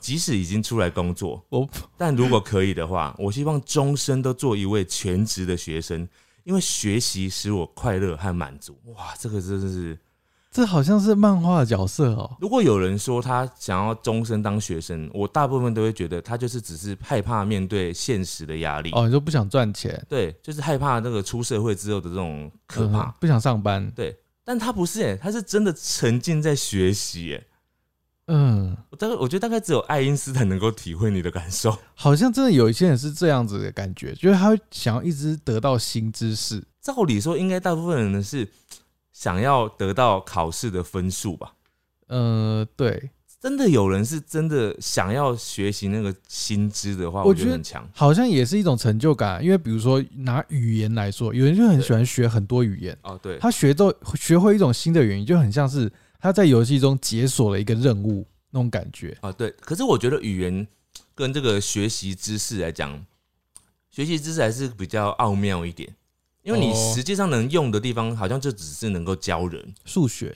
B: 即使已经出来工作，
A: 我
B: 但如果可以的话，我希望终身都做一位全职的学生，因为学习使我快乐和满足。哇，这个真的是。
A: 这好像是漫画的角色哦。
B: 如果有人说他想要终身当学生，我大部分都会觉得他就是只是害怕面对现实的压力，
A: 哦，你说不想赚钱，
B: 对，就是害怕那个出社会之后的这种可怕。
A: 嗯不想上班。
B: 对，但他不是、欸，他是真的沉浸在学习、欸。
A: 嗯，
B: 我大概我觉得大概只有爱因斯坦能够体会你的感受，
A: 好像真的有一些人是这样子的感觉，就是他会想要一直得到新知识。
B: 照理说，应该大部分人是想要得到考试的分数吧？
A: 嗯，对，
B: 真的有人是真的想要学习那个新知的话，
A: 我
B: 我
A: 觉
B: 觉
A: 得
B: 得很强。
A: 好像也是一种成就感。因为比如说拿语言来说，有人就很喜欢学很多语言，
B: 哦，对，
A: 他学到学会一种新的语言，就很像是他在游戏中解锁了一个任务那种感觉。
B: 啊，对。可是我觉得语言跟这个学习知识来讲，学习知识还是比较奥妙一点，因为你
A: 哦
B: 实际上能用的地方，好像就只是能够教人。
A: 数学，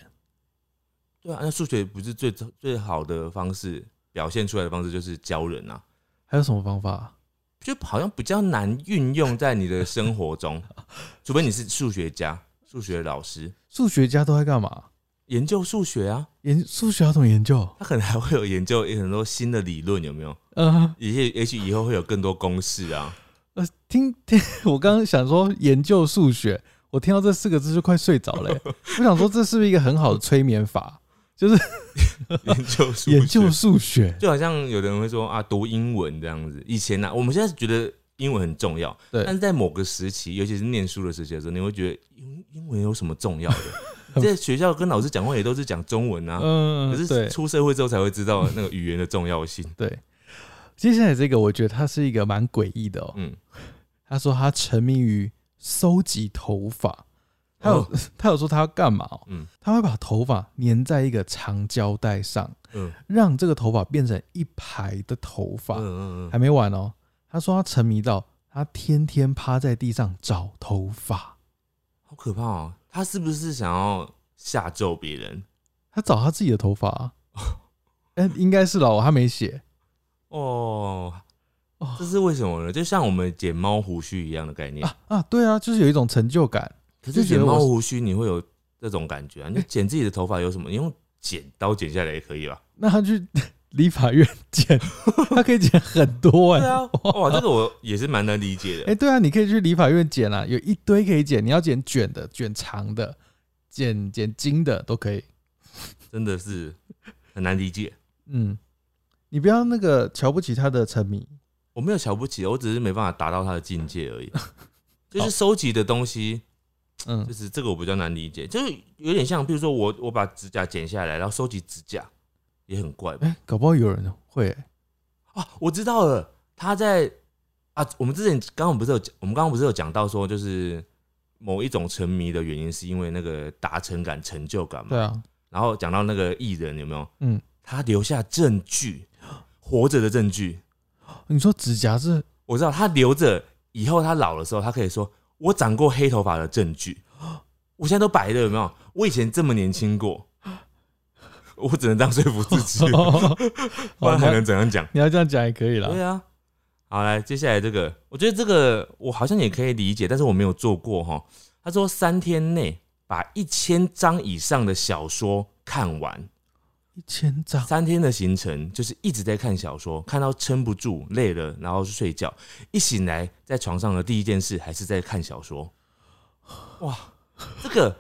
B: 对啊，那数学不是最最好的方式表现出来的方式就是教人啊，
A: 还有什么方法？
B: 就好像比较难运用在你的生活中， 除非你是数学家、数学老师，
A: 数学家都在干嘛？
B: 研究数学啊，
A: 研数学要怎么研究？
B: 他可能还会有研究很多新的理论，有没有？
A: 呃
B: 也许也许以后会有更多公式啊。
A: 呃，听 听，我刚刚想说研究数学，我听到这四个字就快睡着了欸、我想说这是不是一个很好的催眠法？
B: 研究 数
A: 研
B: 学
A: 究数学，
B: 就好像有的人会说啊，读英文这样子。以前呢、啊，我们现在觉得英文很重要，
A: 对
B: 但是在某个时期，尤其是念书的时期的时候，你会觉得英英文有什么重要的？ 你在学校跟老师讲话也都是讲中文啊，
A: 嗯、
B: 可是
A: 对
B: 出社会之后才会知道那个语言的重要性。
A: 对。接下来这个，我觉得它是一个蛮诡异的哦。
B: 嗯，
A: 他说他沉迷于收集头发，他有、
B: 哦
A: 他有说他要干嘛、哦？
B: 嗯
A: 他会把头发粘在一个长胶带上，
B: 嗯
A: 让这个头发变成一排的头发。
B: 嗯嗯
A: 还没完哦，他说他沉迷到他天天趴在地上找头发，
B: 好可怕哦！他是不是想要下咒别人？
A: 他找他自己的头发、啊。 哎、应该是老他没写
B: 哦
A: 哦，
B: 这是为什么呢？就像我们剪猫胡须一样的概念。
A: 啊啊，对啊，就是有一种成就感。
B: 可
A: 就是觉
B: 剪
A: 得我
B: 猫
A: 是
B: 胡须，你会有这种感觉啊？你剪自己的头发有什么？你用剪刀剪下来也可以吧？
A: 那他去 理发院剪， 他可以剪很多哎、
B: 对啊，哇，这个我也是蛮能理解
A: 哎、
B: 的。
A: 对啊，你可以去理发院剪啊，有一堆可以剪，你要剪卷的、卷长的、剪剪金的都可以。
B: 真的是很难理解。
A: 嗯，你不要那个瞧不起他的沉迷，
B: 我没有瞧不起，啊我只是没办法达到他的境界而已。就是收集的东西，
A: 嗯
B: 就，是这个我比较难理解，就是有点像，比如说我我把指甲剪下来，然后收集指甲，也很怪吧？
A: 哎、搞不好有人会、欸，
B: 啊，我知道了，他在啊，我们之前刚刚不是有讲，我们刚刚不是有讲到说，就是某一种沉迷的原因是因为那个达成感、成就感嘛。
A: 对啊，
B: 然后讲到那个艺人有没有？
A: 嗯，
B: 他留下证据，活着的证据，
A: 你说指甲是
B: 我知道他留着，以后他老的时候，他可以说我长过黑头发的证据，我现在都白的，有没有？我以前这么年轻过，我只能这样说服 自己，
A: 哦，
B: 不然
A: 你
B: 还
A: 要
B: 能怎样讲？
A: 你要这样讲也可以啦。
B: 对啊，好来，接下来这个，我觉得这个我好像也可以理解，但是我没有做过哈。他说三天内把一千章以上的小说看完，
A: 一千张，
B: 三天的行程就是一直在看小说，看到撑不住累了，然后就睡觉。一醒来在床上的第一件事还是在看小说。哇，这个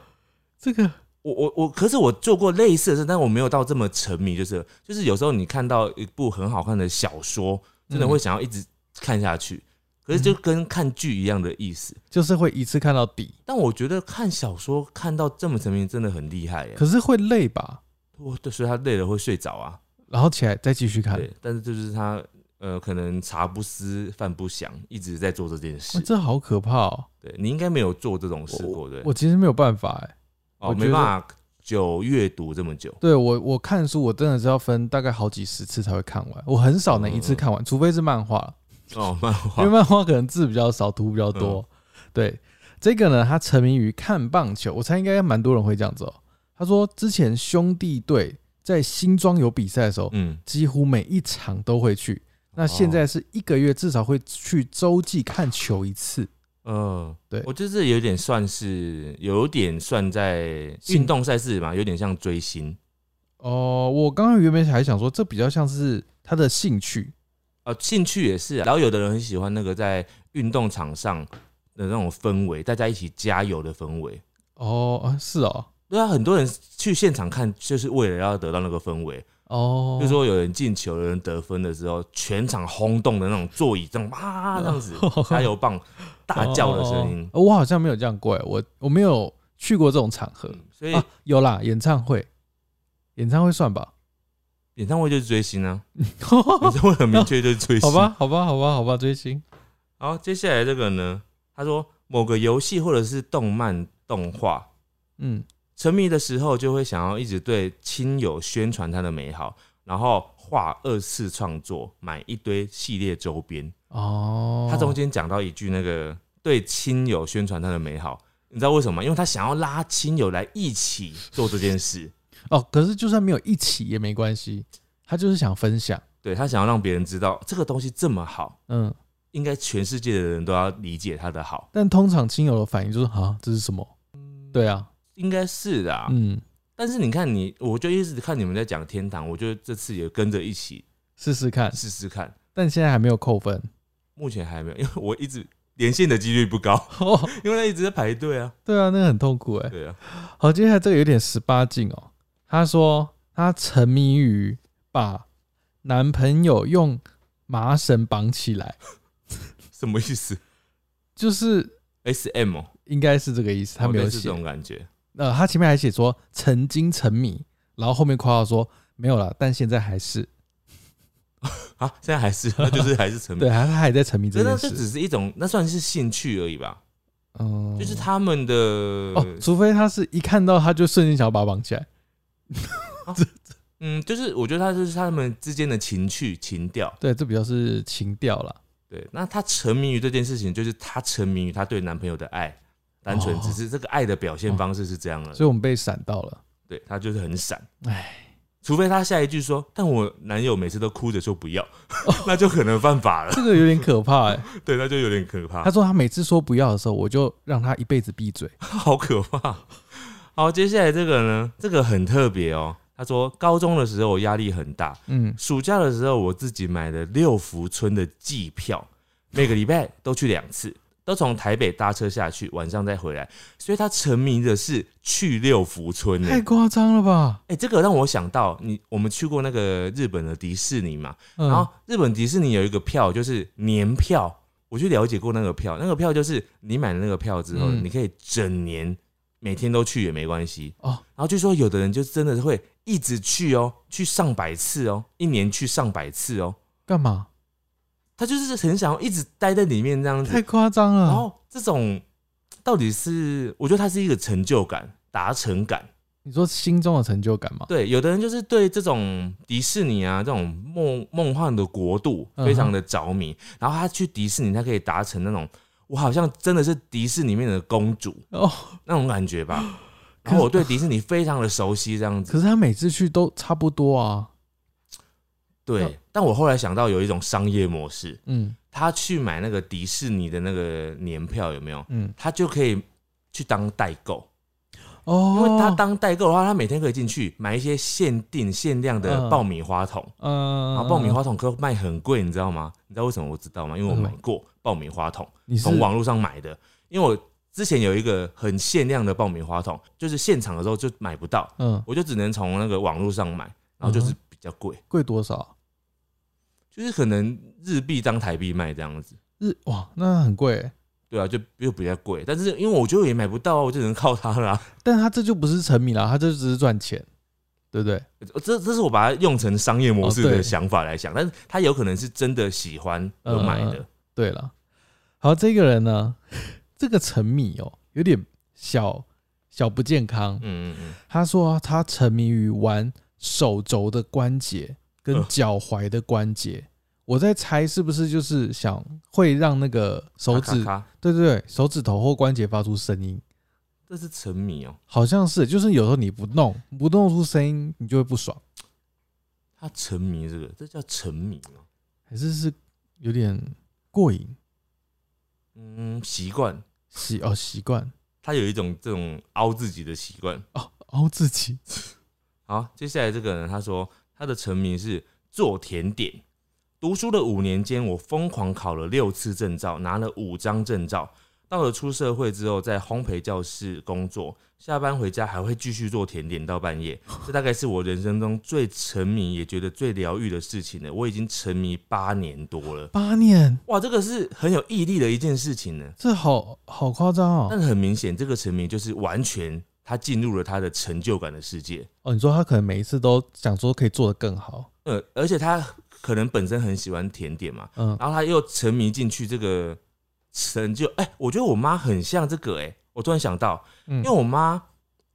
A: 这个
B: 我我我，可是我做过类似的事，但我没有到这么沉迷，就是就是有时候你看到一部很好看的小说，真的
A: 嗯
B: 会想要一直看下去，可是就跟看剧一样的意思。
A: 就是会一次看到底，
B: 但我觉得看小说看到这么沉迷真的很厉害耶
A: 可，是会累吧？
B: 我对，所以他累了会睡着 啊，
A: 然后起来再继续看，
B: 对，但是这就是他呃可能茶不思饭不想，一直在做这件事
A: 哇，。这好可怕哦！
B: 对你应该没有做这种事过，对不对？
A: 我其实没有办法哎、
B: 哦，
A: 我觉
B: 没
A: 得
B: 办法久阅读这么久，
A: 对我，我看书我真的是要分大概好几十次才会看完，我很少能一次看完，除非是漫画，
B: 哦，漫
A: 因
B: 画
A: 为漫画可能字比较少，图比较多。对这个呢，他沉迷于看棒球，我猜应该蛮多人会这样子哦。他说之前兄弟队在新庄有比赛的时候，
B: 嗯，
A: 几乎每一场都会去。那现在是一个月至少会去洲际看球一次，
B: 嗯，
A: 对
B: 我就是有点算是有点算在
A: 兴
B: 运动赛事嘛，有点像追星
A: 哦，我刚刚原本还想说，这比较像是他的兴趣，
B: 啊、兴趣也是、啊。然后有的人很喜欢那个在运动场上的那种氛围，大家一起加油的氛围。
A: 哦，啊是哦，
B: 对啊，很多人去现场看就是为了要得到那个氛围。
A: 哦，
B: 比如说有人进球、有人得分的时候，全场轰动的那种座椅这样哇这样子加油棒大叫的声音。
A: 哦哦哦哦我好像没有这样过耶，我我没有去过这种场合
B: 嗯所以
A: 啊，有啦，演唱会，演唱会算 吧，
B: 演唱会就是追星啊，演唱会很明确就是追星。
A: 好吧，好吧，好吧，好吧，追星，
B: 好，接下来这个呢，他说某个游戏或者是动漫动画，
A: 嗯，
B: 沉迷的时候就会想要一直对亲友宣传它的美好，然后画二次创作，买一堆系列周边。
A: 哦，
B: 他中间讲到一句那个对亲友宣传它的美好，你知道为什么吗？因为他想要拉亲友来一起做这件事，
A: 哦，可是就算没有一起也没关系，他就是想分享，
B: 对他想要让别人知道这个东西这么好，
A: 嗯，
B: 应该全世界的人都要理解他的好，
A: 但通常亲友的反应就是啊，这是什么？对啊，
B: 应该是嗯的、啊。
A: 嗯，
B: 但是你看你，我就一直看你们在讲天堂，我就这次也跟着一起
A: 试试看，
B: 试试看。
A: 但现在还没有扣分，
B: 目前还没有，因为我一直连线的几率不高，
A: 哦，
B: 因为他一直在排队啊。
A: 对啊，那个很痛苦哎。
B: 对啊，
A: 好，接下来这个有点十八禁哦。她说她沉迷于把男朋友用麻绳绑起来，
B: 什么意思
A: 就是
B: ？S M，哦
A: 应该是这个意思，她没
B: 我
A: 有
B: 哦类似
A: 写
B: 这。种感觉。
A: 呃，她前面还写说曾经沉迷，然后后面括号说没有了，但现在还是
B: 啊，现 在还是，那就是还是沉迷
A: 对，。她她还在沉迷这
B: 真的
A: 件
B: 这
A: 事。
B: 只是一种，那算是兴趣而已吧。
A: 嗯，
B: 就是他们的、
A: 哦，除非他是一看到他就瞬间想要把他绑起来，
B: 嗯，就是我觉得他就是他们之间的情趣情调。
A: 对，这比较是情调啦。
B: 对，那他沉迷于这件事情，就是他沉迷于他对男朋友的爱，单纯
A: 哦
B: 只是这个爱的表现方式是这样的。
A: 所以我们被闪到了，
B: 对他就是很闪，
A: 哎，
B: 除非他下一句说：“但我男友每次都哭着说不要”， 那就可能犯法了。
A: 这个有点可怕哎、
B: 对，那就有点可怕
A: 他。说他每次说不要的时候，我就让他一辈子闭嘴。
B: 好可怕。好，接下来这个呢，这个很特别哦。他说，高中的时候我压力很大，
A: 嗯，
B: 暑假的时候我自己买了六福村的季票，每个礼拜都去两次，都从台北搭车下去，晚上再回来。所以他沉迷的是去六福村呢、
A: 太夸张了吧？
B: 哎、这个让我想到你，我们去过那个日本的迪士尼嘛，
A: 嗯，
B: 然后日本迪士尼有一个票，就是年票，我去了解过那个票，那个票就是你买了那个票之后，
A: 嗯
B: 你可以整年每天都去也没关系。
A: 哦，
B: 然后据说有的人就真的会一直去哦，去上百次哦，一年去上百次哦，
A: 干嘛？
B: 他就是很想要一直待在里面这样
A: 太
B: 子。
A: 夸张
B: 嗯然
A: 了。
B: 后这种到底是，我觉得它是一个成就感、达成感。
A: 你说心中的成就感吗？
B: 对，有的人就是对这种迪士尼啊这种梦梦幻的国度
A: 嗯
B: 非常的着迷，然后他去迪士尼，他可以达成那种我好像真的是迪士尼里面的公主
A: 哦，
B: 那种感 觉吧。
A: 可是
B: 然后我对迪士尼非常的熟悉，这样子。
A: 可是他每次去都差不多啊。那
B: 对，但我后来想到有一种商业模式，
A: 嗯
B: 他去买那个迪士尼的那个年票有没有？
A: 嗯，
B: 他就可以去当代购，
A: 哦，
B: 因为他当代购的话，他每天可以进去买一些限定限量的
A: 嗯
B: 爆米花桶。
A: 嗯，
B: 然后爆米花桶可卖很贵，你知道吗？你知道为什么我知道吗？因为我买过爆米花桶，
A: 你嗯是
B: 从网络上买的。因为我之前有一个很限量的爆米花桶，就是现场的时候就买不到，
A: 嗯
B: 我就只能从那个网络上买，然后就是比较贵，
A: 贵多少？
B: 就是可能日币当台币卖这样子。
A: 日哇，那很贵欸。
B: 对啊，就又比较贵，但是因为我觉得也买不到啊，我就只能靠它啦。
A: 但他这就不是沉迷啦，他这就只是赚钱，对不对？
B: 呃这这是我把它用成商业模式
A: 哦
B: 的
A: 对
B: 想法来想，但是他有可能是真的喜欢
A: 嗯
B: 而买的。
A: 对了，好，这个人呢， 这个沉迷哦，有点小小不健康。
B: 嗯嗯嗯，
A: 他说啊他沉迷于玩手肘的关节跟
B: 呃
A: 脚踝的关节，我在猜是不是就是想会让那个手
B: 咔
A: 指，
B: 咔咔
A: 对对对，手指头或关节发出声音，
B: 这是沉迷哦、
A: 好像是，就是有时候你不弄，不弄出声音，你就会不爽，
B: 他沉迷这个，这叫沉迷哦。
A: 还是是有点过瘾
B: 嗯，习惯，
A: 习哦习惯
B: 他有一种这种凹自己的习惯。
A: 哦凹自己，
B: 好，接下来这个人他说他的沉迷是做甜点。读书的五年间，我疯狂考了六次证照，拿了五张证照。到了出社会之后，在烘焙教室工作，下班回家还会继续做甜点到半夜。这大概是我人生中最沉迷，也觉得最疗愈的事情了。我已经沉迷八年多了，
A: 八年，
B: 哇，这个是很有毅力的一件事情呢。
A: 这好好夸张哦
B: 但。很明显，这个沉迷就是完全他进入了他的成就感的世界。
A: 哦，你说他可能每一次都想说可以做得更好，
B: 呃，而且他可能本身很喜欢甜点嘛，
A: 嗯，
B: 然后他又沉迷进去这个成就。哎、我觉得我妈很像这个哎、我突然想到，
A: 因
B: 因为我妈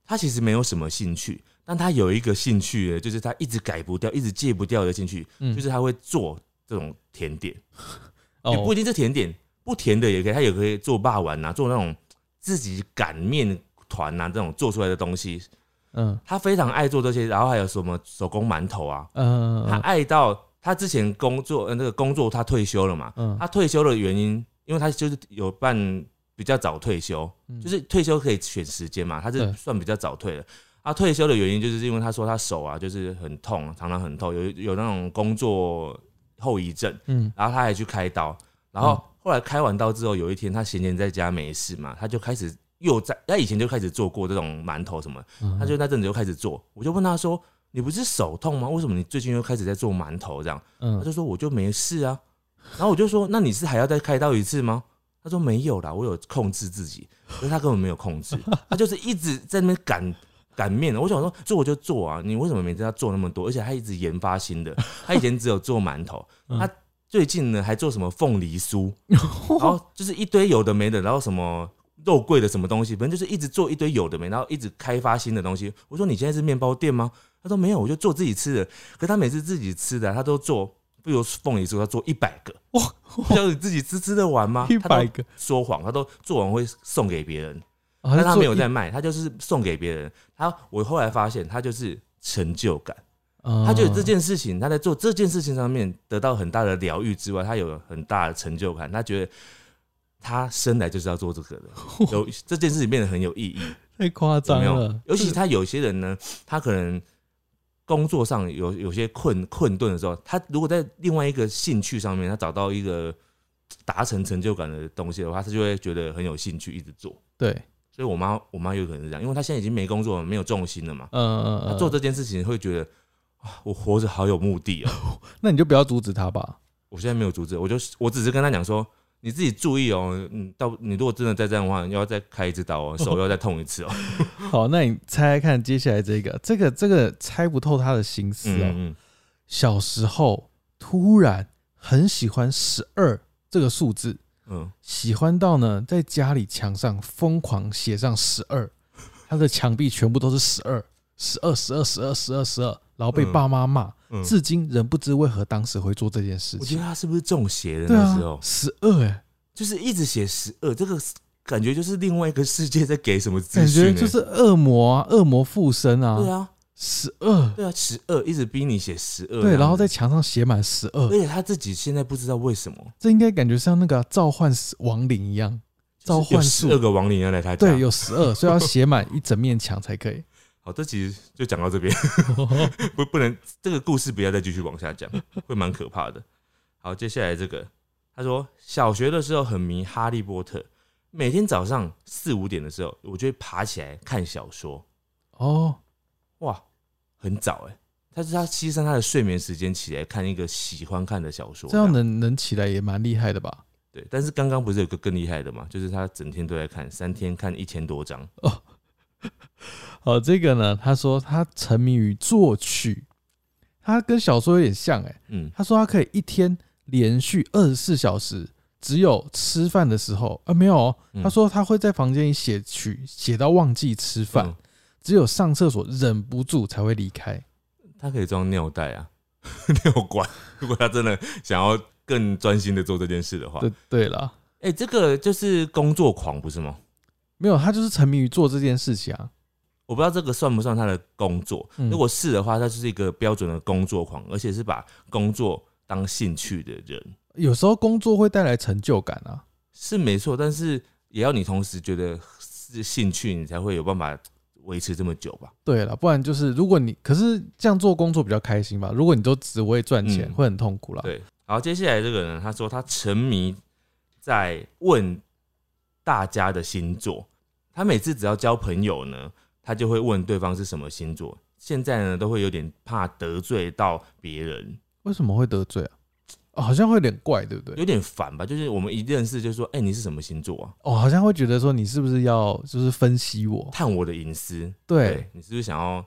B: 她其实没有什么兴趣，但她有一个兴趣呢，就是她一直改不掉、一直戒不掉的兴趣，
A: 嗯
B: 就是她会做这种甜点，也不
A: 哦
B: 一定是甜点，不甜的也可以，她也可以做霸丸呐、做那种自己擀面团啊呐、这种做出来的东西，
A: 嗯
B: 他非常爱做这些，然后还有什么手工馒头啊，
A: 嗯
B: 他
A: 嗯
B: 爱到他之前工作呃那个工作他退休了嘛，
A: 嗯
B: 他退休的原因，因为他就是有办比较早退休，
A: 嗯
B: 就是退休可以选时间嘛，他是
A: 对
B: 算比较早退的。他退休的原因就是因为他说他手啊就是很痛，常常很痛，有有那种工作后遗症，
A: 嗯
B: 然后他还去开刀，然后
A: 嗯
B: 后来开完刀之后，有一天他闲闲在家没事嘛，他就开始又在他以前就开始做过这种馒头什么。
A: 嗯，
B: 他就那阵子就开始做，我就问他说：“你不是手痛吗？为什么你最近又开始在做馒头这样？”
A: 嗯
B: 他就说：“我就没事啊。”然后我就说：“那你是还要再开刀一次吗？”他说：“没有啦，我有控制自己。”可是他根本没有控制， 他就是一直在那边擀擀面。我想说做就做啊，你为什么每次要做那么多？而且他一直研发新的，他以前只有做馒头，
A: 嗯
B: 他 最近呢还做什么凤梨酥，然后就是一堆有的没的，然后什么肉桂的什么东西，反正就是一直做一堆有的没，然后一直开发新的东西。我说你现在是面包店吗？他说没有，我就做自己吃的。可他每次自己吃的啊，他都做，比如凤梨酥，他做一百个，
A: 哇，
B: 不知道你自己吃吃得完吗？
A: 一
B: 他
A: 百
B: 都
A: 个，
B: 说谎，他都做完会送给别人，
A: 但
B: 但他没有在卖，他就是送给别人。他我后来发现，他就是成就感。
A: 哦
B: 他觉得这件事情，他在做这件事情上面得到很大的疗愈之外，他有很大的成就感。他觉得他生来就是要做这个的，有这件事情变得很有意义。
A: 太夸
B: 有
A: 张
B: 没有
A: 了？，
B: 尤其
A: 这
B: 他有些人呢，他可能工作上有有些困困顿的时候，他如果在另外一个兴趣上面，他找到一个达成成就感的东西的话，他就会觉得很有兴趣，一直做。
A: 对，
B: 所以我妈我妈有可能是这样，因为她现在已经没工作了，没有重心了嘛。
A: 嗯嗯
B: 她
A: 嗯，
B: 做这件事情会觉得啊，我活着好有目的哦、
A: 那你就不要阻止他吧。
B: 我现在没有阻止，我就我只是跟她讲说，你自己注意哦，你到你如果真的再这样的话，你要再开一次刀哦，手要再痛一 次哦。
A: 好，那你猜猜看，接下来这个，这个这个猜不透他的心思哦。
B: 嗯嗯，
A: 小时候突然很喜欢十二这个数字，
B: 嗯，
A: 喜欢到呢，在家里墙上疯狂写上十二，他的墙壁全部都是十二，十二，十二，十二，十二，十二，然后被爸妈骂，
B: 嗯
A: 至今仍不知为何当时会做这件事
B: 我觉
A: 情
B: 得。她是不是中邪的
A: 对
B: 那时
A: 啊
B: 候，，
A: 十二哎，
B: 就是一直写十二，这个感觉就是另外一个世界在给什么资
A: 感
B: 讯、欸
A: 觉就是恶魔啊，恶魔附身
B: 对
A: 啊，
B: 啊，
A: 十二，
B: 对啊，十二一直逼你写十二，
A: 对，然后在墙上写满十二，
B: 而且她自己现在不知道为什么。
A: 这应该感觉像那个啊召唤亡灵一样，召唤
B: 十二
A: 术，
B: 个亡灵要来他家，
A: 对，有十二，所以要写满一整面墙才可以。
B: 好，这其实就讲到这边， 不不能这个故事不要再继续往下讲，会蛮可怕的。好，接下来这个，他说小学的时候很迷《哈利波特》，每天早上四五点的时候，我就会爬起来看小说。
A: 哦，
B: 哇，很早哎、他是他牺牲他的睡眠时间起来看一个喜欢看的小说，
A: 这样能能起来也蛮厉害的吧？
B: 对。但是刚刚不是有个更厉害的嘛，就是他整天都在看，三天看一千多章。
A: 好，呃这个呢，他说他沉迷于作曲，他跟小说有点像哎、
B: 嗯，
A: 他说他可以一天连续二十四小时，只有吃饭的时候啊没有、哦，
B: 嗯
A: 他说他会在房间里写曲，写到忘记吃饭，
B: 嗯
A: 只有上厕所忍不住才会离开。
B: 他可以装尿袋啊， 尿管。 如果他真的想要更专心的做这件事的话，
A: 对对啦，
B: 哎、这个就是工作狂，不是吗？
A: 没有，他就是沉迷于做这件事情啊。
B: 我不知道这个算不算他的工作。
A: 嗯
B: 如果是的话，他就是一个标准的工作狂，而且是把工作当兴趣的人，
A: 有时候工作会带来成就感啊，
B: 是没错。但是也要你同时觉得是兴趣，你才会有办法维持这么久吧？
A: 对了，不然就是如果你可是这样做工作比较开心吧，如果你都只为赚钱，
B: 嗯
A: 会很痛苦啦。
B: 对。好，接下来这个人他说他沉迷在问大家的星座，他每次只要交朋友呢，他就会问对方是什么星座。现在呢，都会有点怕得罪到别人，
A: 为什么会得罪啊？哦，好像会有点怪，对不对？
B: 有点烦吧？就是我们一认识就说，哎、你是什么星座啊？
A: 哦，好像会觉得说你是不是要就是分析我？
B: 探我的隐私，
A: 对，
B: 你是不是想要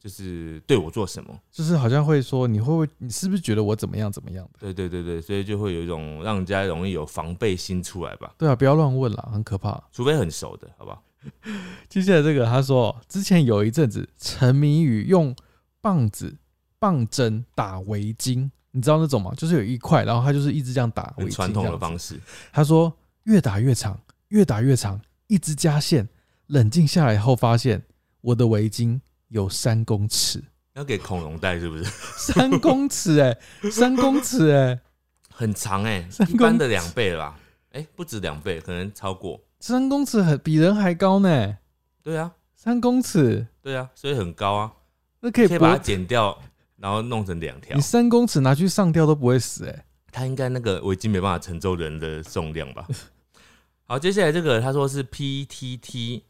B: 就是对我做什么？
A: 就是好像会说你会不会你是不是觉得我怎么样怎么样的？
B: 对对对对，所以就会有一种让人家容易有防备心出来吧，
A: 对啊，不要乱问啦，很可怕。
B: 除非很熟的，好不好？
A: 接下来这个他说，之前有一阵子沉迷于用棒子棒针打围巾，你知道那种吗？就是有一块，然后他就是一直这样打围
B: 很
A: 巾，
B: 传统的方。式。
A: 他说越打越长，越打越长，一直加线。冷静下来后发现，我的围巾有三公尺，
B: 要给恐龙戴是不是？
A: 三公尺哎、三公尺哎、
B: 很长哎、
A: 三
B: 一般
A: 公
B: 的两倍了吧？哎、不止两倍，可能超过。
A: 三公尺很比人还高呢、
B: 对啊，
A: 三公尺
B: 对啊，所以很高啊，
A: 那可以
B: 可以把它
A: 脖，
B: 剪掉，然后弄成两条
A: 你。三公尺拿去上吊都不会死哎、
B: 它应该那个围巾没办法承受人的重量吧？ 好，接下来这个他说是 PTT，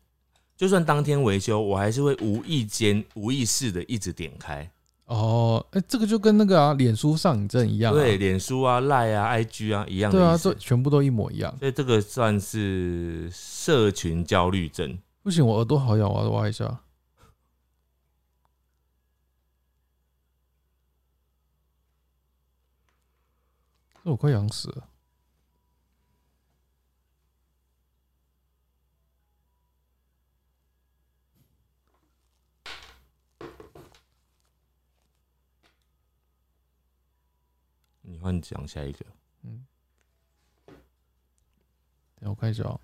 B: 就算当天维修，我还是会无意间、无意识的一直点开，
A: 哦，哎、这个就跟那个啊，脸书上瘾症一样、啊，
B: 对，脸书啊、赖啊、IG 啊一样
A: 对
B: 的
A: 啊，
B: 意思。
A: 这全部都一模一样。
B: 所以这个算是社群焦虑症。
A: 不行，我耳朵好痒，我要挖一下。哦我快痒死了。
B: 你换讲下一个。
A: 嗯，等我看一下哦。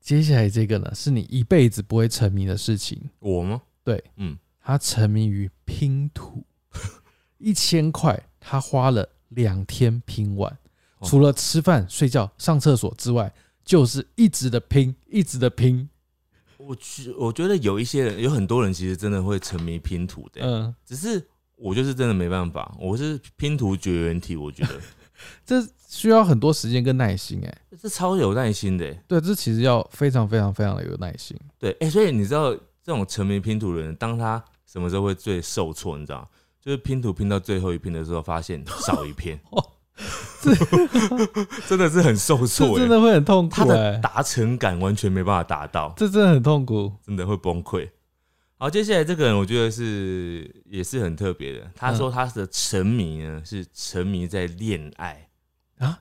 A: 接下来这个呢，是你一辈子不会沉迷的事情。
B: 我吗？
A: 对，
B: 嗯，
A: 他沉迷于拼图， 一千块他花了两天拼完，
B: 哦
A: 除了吃饭、睡觉、上厕所之外，就是一直的拼，一直的拼。
B: 我觉我觉得有一些人，有很多人其实真的会沉迷拼图的、
A: 嗯，
B: 只是我就是真的没办法，我是拼图绝缘体，我觉 得
A: 这需要很多时间跟耐心、哎，
B: 这超有耐心的、
A: 对，这其实要非常非常非常的有耐心。
B: 对，哎、所以你知道这种沉迷拼图的人，当他什么时候会最受挫？你知道吗，就是拼图拼到最后一片的时候，发现少一 片
A: 哦，
B: 真的是很受
A: 这
B: 挫、
A: 真
B: 欸，
A: 的会很痛
B: 他
A: 苦、
B: 的
A: 哎，
B: 达成感完全没办法达到，
A: 这真的很痛苦。
B: 真的会崩溃。好，接下来这个人我觉得是也是很特别的。
A: 嗯
B: 他说他的沉迷呢是沉迷在恋爱
A: 啊，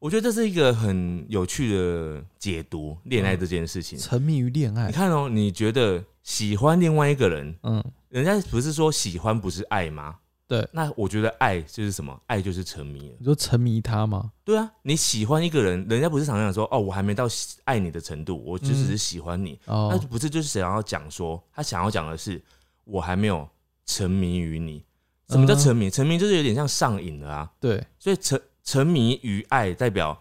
B: 我觉得这是一个很有趣的解读恋
A: 嗯
B: 爱这件事情。
A: 沉迷于恋爱
B: 你，看哦，你觉得喜欢另外一个人，
A: 嗯，
B: 人家不是说喜欢不是爱吗？
A: 对
B: 那我觉得爱就是什么？爱就是沉迷了。
A: 你说沉迷他吗？
B: 对啊，你喜欢一个人，人家不是常常说哦，我还没到喜爱你的程度，我就只是
A: 嗯
B: 喜欢你。那
A: 哦，
B: 不是就是想要讲说，他想要讲的是，我还没有沉迷于你。什
A: 嗯
B: 么叫沉迷？沉迷就是有点像上瘾了啊。
A: 对，
B: 所以沉沉迷于爱，代表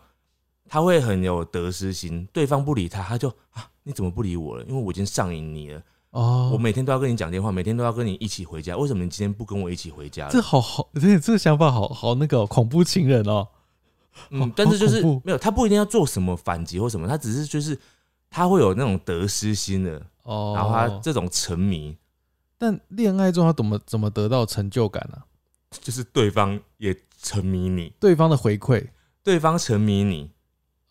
B: 他会很有得失心。对方不理他，他就啊，你怎么不理我了？因为我已经上瘾你了。
A: 哦，
B: 我每天都要跟你讲电话，每天都要跟你一起回家。为什么你今天不跟我一起回家
A: 这
B: 了？
A: 好好，这这个想法好好那个哦恐怖情人哦，好
B: 嗯，但是就是
A: 好恐怖
B: 没有，他不一定要做什么反击或什么，他只是就是他会有那种得失心的，
A: 哦，
B: 然后他这种沉迷，
A: 但恋爱中他怎么怎么得到成就感呢、啊
B: 就是对方也沉迷你，
A: 对方的回馈，
B: 对方沉迷你，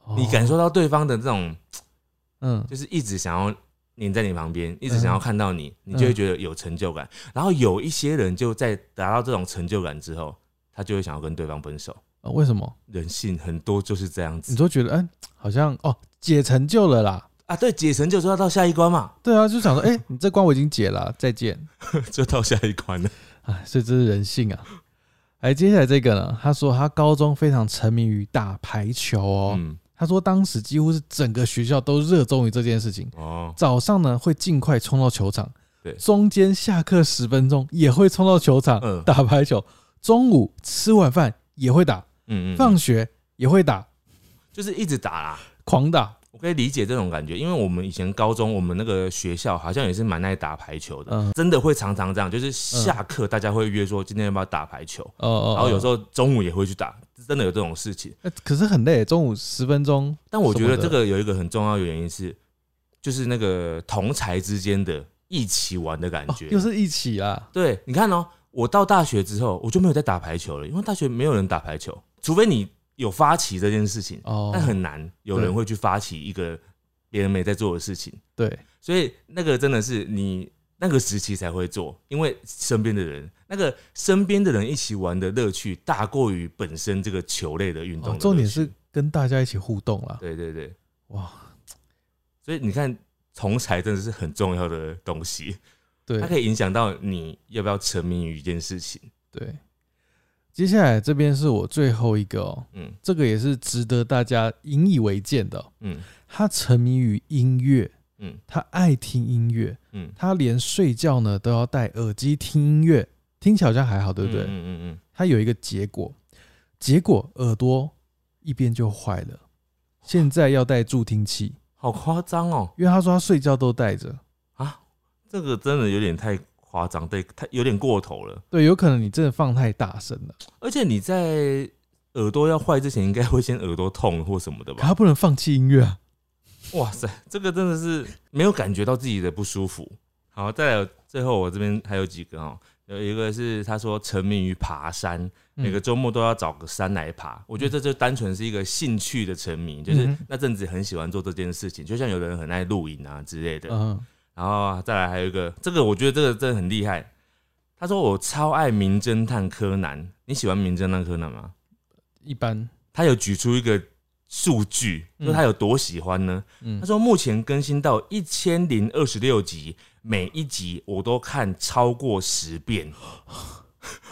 A: 哦
B: 你感受到对方的这种，
A: 嗯，
B: 就是一直想要黏在你旁边，一直想要看到你，你
A: 嗯
B: 就会觉得有成就感。然后有一些人就在达到这种成就感之后，他就会想要跟对方分手。
A: 呃为什么？
B: 人性很多就是这样
A: 你
B: 子
A: 都觉得哎、好像哦解成就了啦，
B: 啊，对，解成就就要到下一关嘛，
A: 对啊，就想说哎、你这关我已经解了，啊再见
B: 就到下一关了。
A: 啊，所以这是人性啊。哎，接下来这个呢？他说他高中非常沉迷于打排球哦。
B: 嗯，
A: 他说当时几乎是整个学校都热衷于这件事情，
B: 哦，
A: 早上呢会尽快冲到球场，
B: 对
A: 中间下课十分钟也会冲到球场、
B: 嗯
A: 打排球，中午吃晚饭也会打，
B: 嗯嗯，
A: 放学也会打，
B: 就是一直打啦。
A: 狂打，
B: 我可以理解这种感觉，因为我们以前高中，我们那个学校好像也是蛮爱打排球的，
A: 嗯，
B: 真的会常常这样，就是下课大家会约说今天要不要打排球，
A: 哦哦，
B: 然后有时
A: 候，
B: 候中午也会去打，真的有这种事情。
A: 呃可是很累，中午十分钟，
B: 但我觉得
A: 什么的
B: 这个有一个很重要的原因是，就是那个同才之间的一起玩的感
A: 哦
B: 觉。
A: 又是一起啦，
B: 对，你看哦，我到大学之后我就没有在打排球了，因为大学没有人打排球，除非你有发起这件事情，
A: 哦，
B: 但很难有
A: 对
B: 人会去发起一个别人没在做的事情。
A: 对，
B: 所以那个真的是你那个时期才会做，因为身边的人，那个身边的人一起玩的乐趣大过于本身这个球类的运
A: 哦
B: 动的乐趣、
A: 重点是跟大家一起互动啦，
B: 对对对，
A: 哇，
B: 所以你看，同才真的是很重要的东西，它可
A: 对
B: 以影响到你要不要沉迷于一件事情。
A: 对。接下来这边是我最后一个哦，
B: 嗯
A: 这个也是值得大家引以为戒的哦、
B: 嗯
A: 他沉迷于音乐，
B: 嗯
A: 他爱听音乐，
B: 嗯，
A: 他连睡觉呢都要戴耳机听音乐，听起来好像还好，对不对？
B: 嗯嗯嗯
A: 他有一个结果，结果耳朵一边就坏了，现在要戴助听器，
B: 好夸张哦！
A: 因为他说他睡觉都戴着。
B: 啊，这个真的有点太夸张，对，太有点过头了。
A: 对，有可能你真的放太大声了，
B: 而且你在耳朵要坏之前，应该会先耳朵痛或什么的
A: 可
B: 吧
A: 他？不能放弃音乐啊。
B: 哇塞，这个真的是没有感觉到自己的不舒服。好，再来最后我这边还有几个哦，有一个是他说沉迷于爬山，
A: 嗯
B: 每个周末都要找个山来爬。我觉得这就单纯是一个兴趣的沉迷，就是
A: 嗯哼
B: 那阵子很喜欢做这件事情，就像有的人很爱露营啊之类的。
A: 嗯，
B: 然后再来还有一个，这个我觉得这个真的很厉害。他说我超爱名侦探柯南，你喜欢名侦探柯南吗？
A: 一般，
B: 他有举出一个数据，
A: 嗯
B: 说他有多喜欢呢？
A: 嗯
B: 他，说目前更新到一千零 二十六集，每一集我都看超过十遍。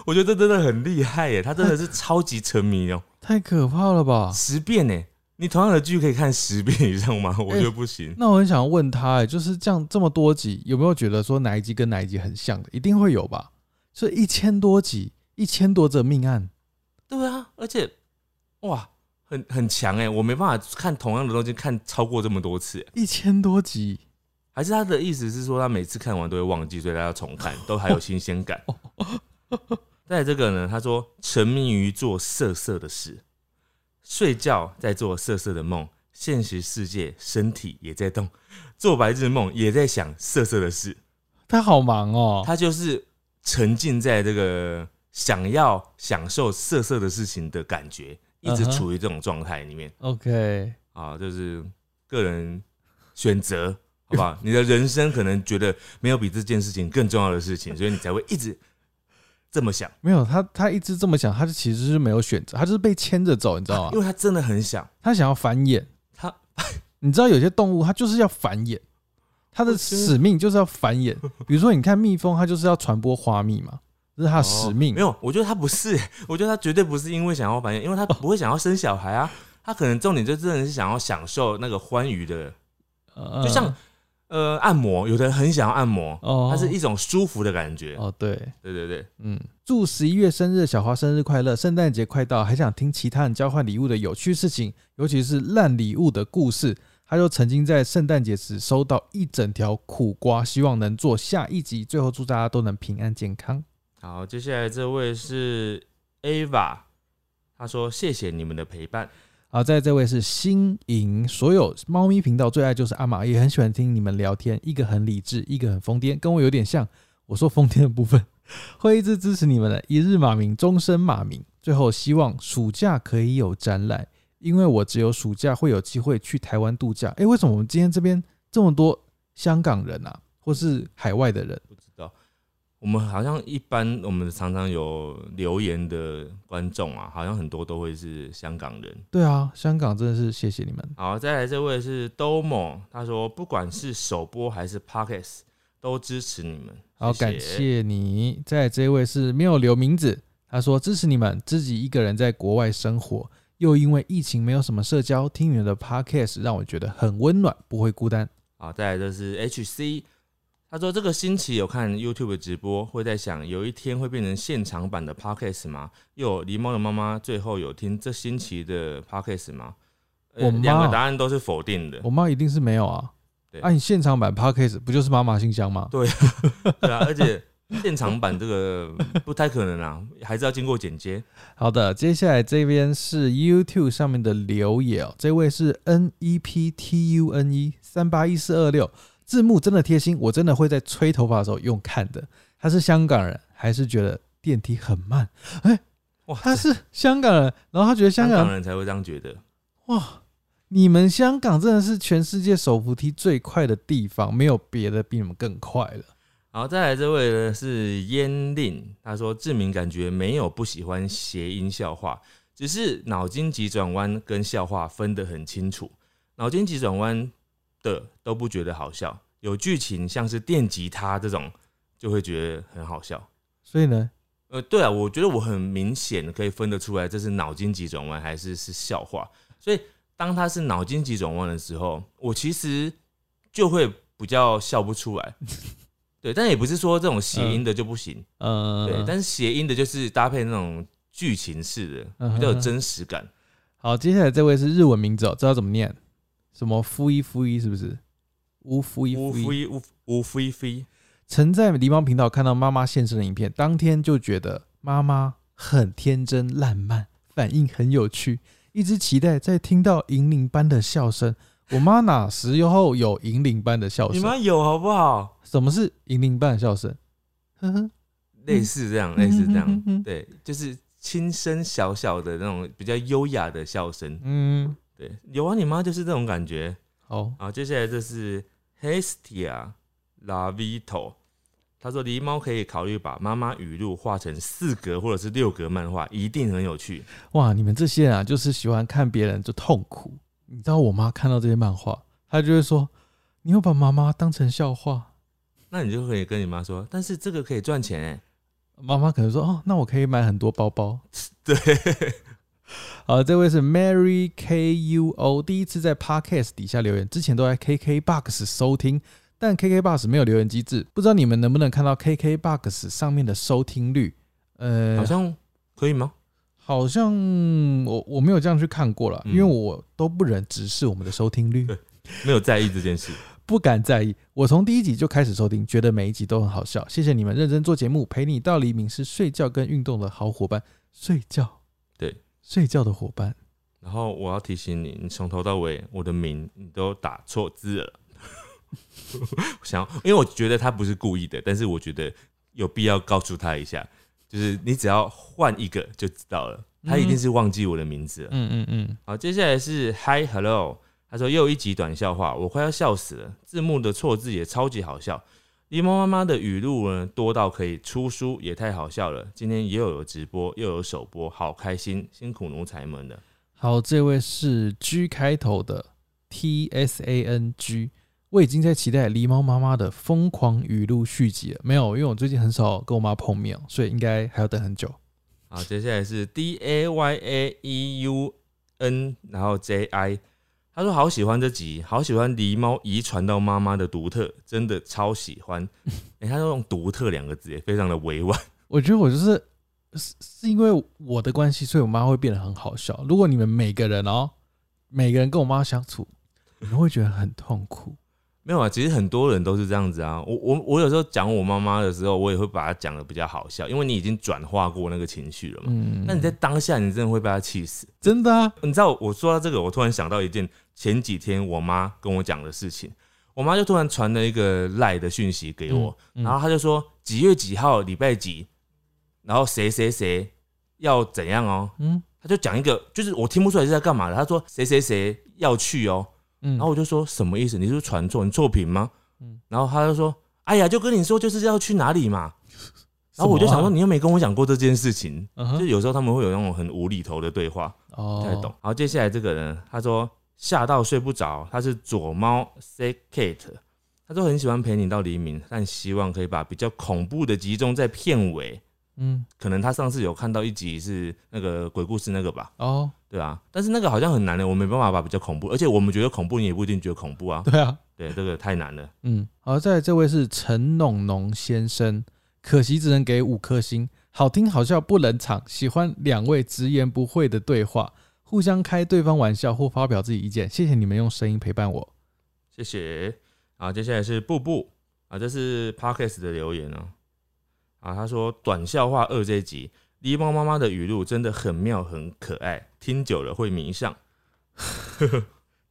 B: 我觉得这真的很厉害耶，他真的是超级沉迷哦，
A: 太可怕了吧？
B: 十遍呢。你同样的剧可以看十遍以上 吗？我觉得不行。
A: 那我很想问他、哎，就是这样这么多集，有没有觉得说哪一集跟哪一集很像的？一定会有吧？所以一千多集，一千多则命案，
B: 对啊，而且哇，很很强哎，我没办法看同样的东西看超过这么多次耶。欸
A: 一千多集，
B: 还是他的意思是说，他每次看完都会忘记，所以他要重看， 都还有新鲜 感。在这个呢，他说沉迷于做色色的事，睡觉在做色色的梦，现实世界身体也在动，做白日梦也在想色色的事。
A: 他好忙哦。
B: 他就是沉浸在这个想要享受色色的事情的感觉，一直
A: 嗯哼
B: 处于这种状态里面
A: OK，
B: 啊，就是个人选择，好不好？ 你的人生可能觉得没有比这件事情更重要的事 情，所以你才会一直这么想，
A: 没有他，他一直这么想，他就其实是没有选择，他就是被牵着走，你知道啊
B: 因
A: 吗？
B: 为他真的很想
A: 他想要繁衍，
B: 他。
A: 你知道有些动物它就是要繁衍，它的
B: 我觉得
A: 使命就是要繁 衍。比如说，你看蜜蜂，它就是要传播花蜜嘛，这是它的使命。
B: 哦没有，我觉得他不是， 我觉得他绝对不是因为想要繁衍，因
A: 哦
B: 为他不会想要生小孩啊，他可能重点就真的是想要享受那个欢愉的
A: 呃，
B: 就像呃按摩，有的人很想要按摩，
A: 哦
B: 它是一种舒服的感觉。
A: 哦，对，
B: 对对对，
A: 嗯，祝十一月生日小花生日快乐，圣诞节快到，还想听其他人交换礼物的有趣事情，尤其是烂礼物的故事。他就曾经在圣诞节时收到一整条苦瓜，希望能做下一集。最后祝大家都能平安健康。
B: 好，接下来这位是 Ava，他说谢谢你们的陪伴。
A: 好，在这位是新颖，所有猫咪频道最爱就是阿玛，也很喜欢听你们聊天，一个很理智，一个很疯癫，跟我有点像。我说疯癫的部分，会一直支持你们的，一日马明，终身马明。最后希望暑假可以有展览，因为我只有暑假会有机会去台湾度假。诶，为什么我们今天这边这么多香港人啊，或是海外的人？
B: 不知道，我们好像一般我们常常有留言的观众啊，好像很多都会是香港人。
A: 对啊，香港真的是谢谢你们。
B: 好，再来这位是 Domo，他说不管是首播还是 Pockets，都支持你们。
A: 好，感。谢你。再来这一位是没有留名字，他说支持你们，自己一个人在国外生活，又因为疫情没有什么社交，听你们的 podcast 让我觉得很温暖，不会孤单。
B: 好，啊再来就是 HC，他说这个星期有看 YouTube 直播，会在想有一天会变成现场版的 Podcast 吗？又有狸猫的妈妈最后有听这星期的 Podcast 吗？呃
A: 我妈
B: 两个答案都是否定的
A: 我，妈一定是没有啊
B: 对。
A: 啊，你现场版 podcast 不就是妈妈信箱吗？
B: 对啊，而且现场版这个不太可能啊，还是要经过剪接。
A: 好的，接下来这边是 YouTube 上面的留言哦，这位是 N E P T U N E 三八一四二六，字幕真的贴心，我真的会在吹头发的时候用看的。他是香港人，还是觉得电梯很慢？
B: 哇，
A: 他是香港人，然后他觉得香
B: 香
A: 港人
B: 港人才会这样觉得。
A: 哇，你们香港真的是全世界手扶梯最快的地方，没有别的比你们更快了。
B: 好，再来这位呢是烟令，他说志明感觉没有不喜欢谐音笑话，只是脑筋急转弯跟笑话分得很清楚，脑筋急转弯的都不觉得好笑，有剧情像是电吉他这种就会觉得很好笑。
A: 所以呢，
B: 呃，对啊，我觉得我很明显可以分得出来，这是脑筋急转弯还是是笑话。所以当它是脑筋急转弯的时候，我其实就会比较笑不出来。 对，但也不是说这种谐音的就不行，
A: 呃，
B: 对，但是谐音的就是搭配那种剧情式的，
A: 嗯哼
B: 比较有真实感。
A: 好，接下来这位是日文名字、哦，知道怎么念？什么夫一夫一是不是？乌夫一
B: 乌
A: 夫一。
B: 飞乌乌飞飞，
A: 曾在狸猫频道看到妈妈现身的影片，当天就觉得妈妈很天真烂漫，反应很有趣，一直期待在听到银铃般的笑声。我妈哪时候有银铃般的笑
B: 你
A: 声？
B: 们有好不好？
A: 什么是银铃般的笑声？呵呵，
B: 类似这样，类似这
A: 嗯哼哼
B: 样，
A: 哼
B: 对，就是轻声小小的那种比较优雅的笑声。
A: 嗯，
B: 对，有啊，你妈就是这种感觉。
A: 好，
B: 好，接下来这是 Hestia Lavito，他说狸猫可以考虑把妈妈语录画成四格或者是六格漫画，一定很有趣。
A: 哇，你们这些人啊，就是喜欢看别人就痛苦。你知道我妈看到这些漫画，她就会说：“你又把妈妈当成笑话
B: 那你就可以跟你妈说，但是这个可以赚钱哎、
A: 妈妈可能说哦，那我可以买很多包包。
B: 对，
A: 好，这位是 Mary K U O，第一次在 Podcast 底下留言，之前都在 KK Box 收听，但 KK Box 没有留言机制，不知道你们能不能看到 KK Box 上面的收听率？呃，
B: 好像可以吗？
A: 好像我我没有这样去看过了，
B: 嗯
A: 因为我都不忍直视我们的收听率，
B: 没有在意这件事。
A: 不敢在意。我从第一集就开始收听，觉得每一集都很好笑。谢谢你们认真做节目，陪你到黎明是睡觉跟运动的好伙伴。睡觉，
B: 对，
A: 睡觉的伙伴。
B: 然后我要提醒你，你从头到尾我的名你都打错字了。 我想要，因为我觉得他不是故意的，但是我觉得有必要告诉他一下，就是你只要换一个就知道了，他一定是忘记我的名字了。
A: 嗯嗯嗯，
B: 好，接下来是 Hi Hello，他说又一集短笑话，我快要笑死了，字幕的错字也超级好笑。狸猫妈妈的语录呢多到可以出书，也太好笑了。今天又有直播，又有首播，好开心，辛苦奴才们了。
A: 好，这位是 G 开头的 T S A N G，我已经在期待狸猫妈妈的疯狂语录续集了。没有，因为我最近很少跟我妈碰面，所以应该还要等很久。
B: 好，接下来是 D A Y A E U N，然后 J I，他说好喜欢这集，好喜欢狸猫遗传到妈妈的独特，真的超喜欢。哎、他用“独特”两个字，也非常的委婉。
A: 我觉得我就是是是因为我的关系，所以我妈会变得很好笑。如果你们每个人哦，每个人跟我妈相处，你们会觉得很痛苦。
B: 没有啊，其实很多人都是这样子啊。我我我有时候讲我妈妈的时候，我也会把她讲的比较好笑，因为你已经转化过那个情绪了嘛。
A: 嗯，
B: 那你在当下，你真的会被她气死。
A: 真的啊？
B: 你知道我说到这个，我突然想到一件前几天我妈跟我讲的事情。我妈就突然传了一个赖的讯息给我，
A: 嗯嗯
B: 然后她就说几月几号礼拜几，然后谁谁谁要怎样哦，
A: 嗯
B: 她就讲一个，就是我听不出来是在干嘛的。她说谁谁谁要去哦，
A: 嗯，
B: 然后我就说什么意思？你是不是传错？你作品吗？
A: 嗯
B: 然后他就说，哎呀，就跟你说就是要去哪里嘛。
A: 什么啊
B: 然后我就想说，你又没跟我讲过这件事情，
A: 嗯
B: 就
A: 哼
B: 有时候他们会有那种很无厘头的对话，不
A: 哦，
B: 太懂。然后接下来这个人，他说吓到睡不着，他是左猫 say cat，他说很喜欢陪你到黎明，但希望可以把比较恐怖的集中在片尾。
A: 嗯
B: 可能他上次有看到一集是那个鬼故事那个吧，
A: 哦，
B: 对啊，但是那个好像很难的，我没办法把比较恐怖，而且我们觉得恐怖，你也不一定觉得恐怖啊。
A: 对啊，
B: 对，这个太难了。
A: 嗯，好，再来这位是陈农农先生，可惜只能给五颗星，好听好笑不冷场，喜欢两位直言不讳的对话，互相开对方玩笑或发表自己意见，谢谢你们用声音陪伴我。
B: 谢谢。啊，接下来是布布啊，这是 Parkes 的留言哦。啊，他说短笑话二这一集，狸猫妈妈的语录真的很妙，很可爱，听久了会迷上。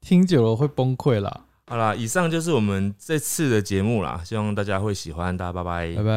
A: 听久了会崩溃啦，
B: 好啦，以上就是我们这次的节目啦，希望大家会喜欢，大家拜拜
A: 拜拜。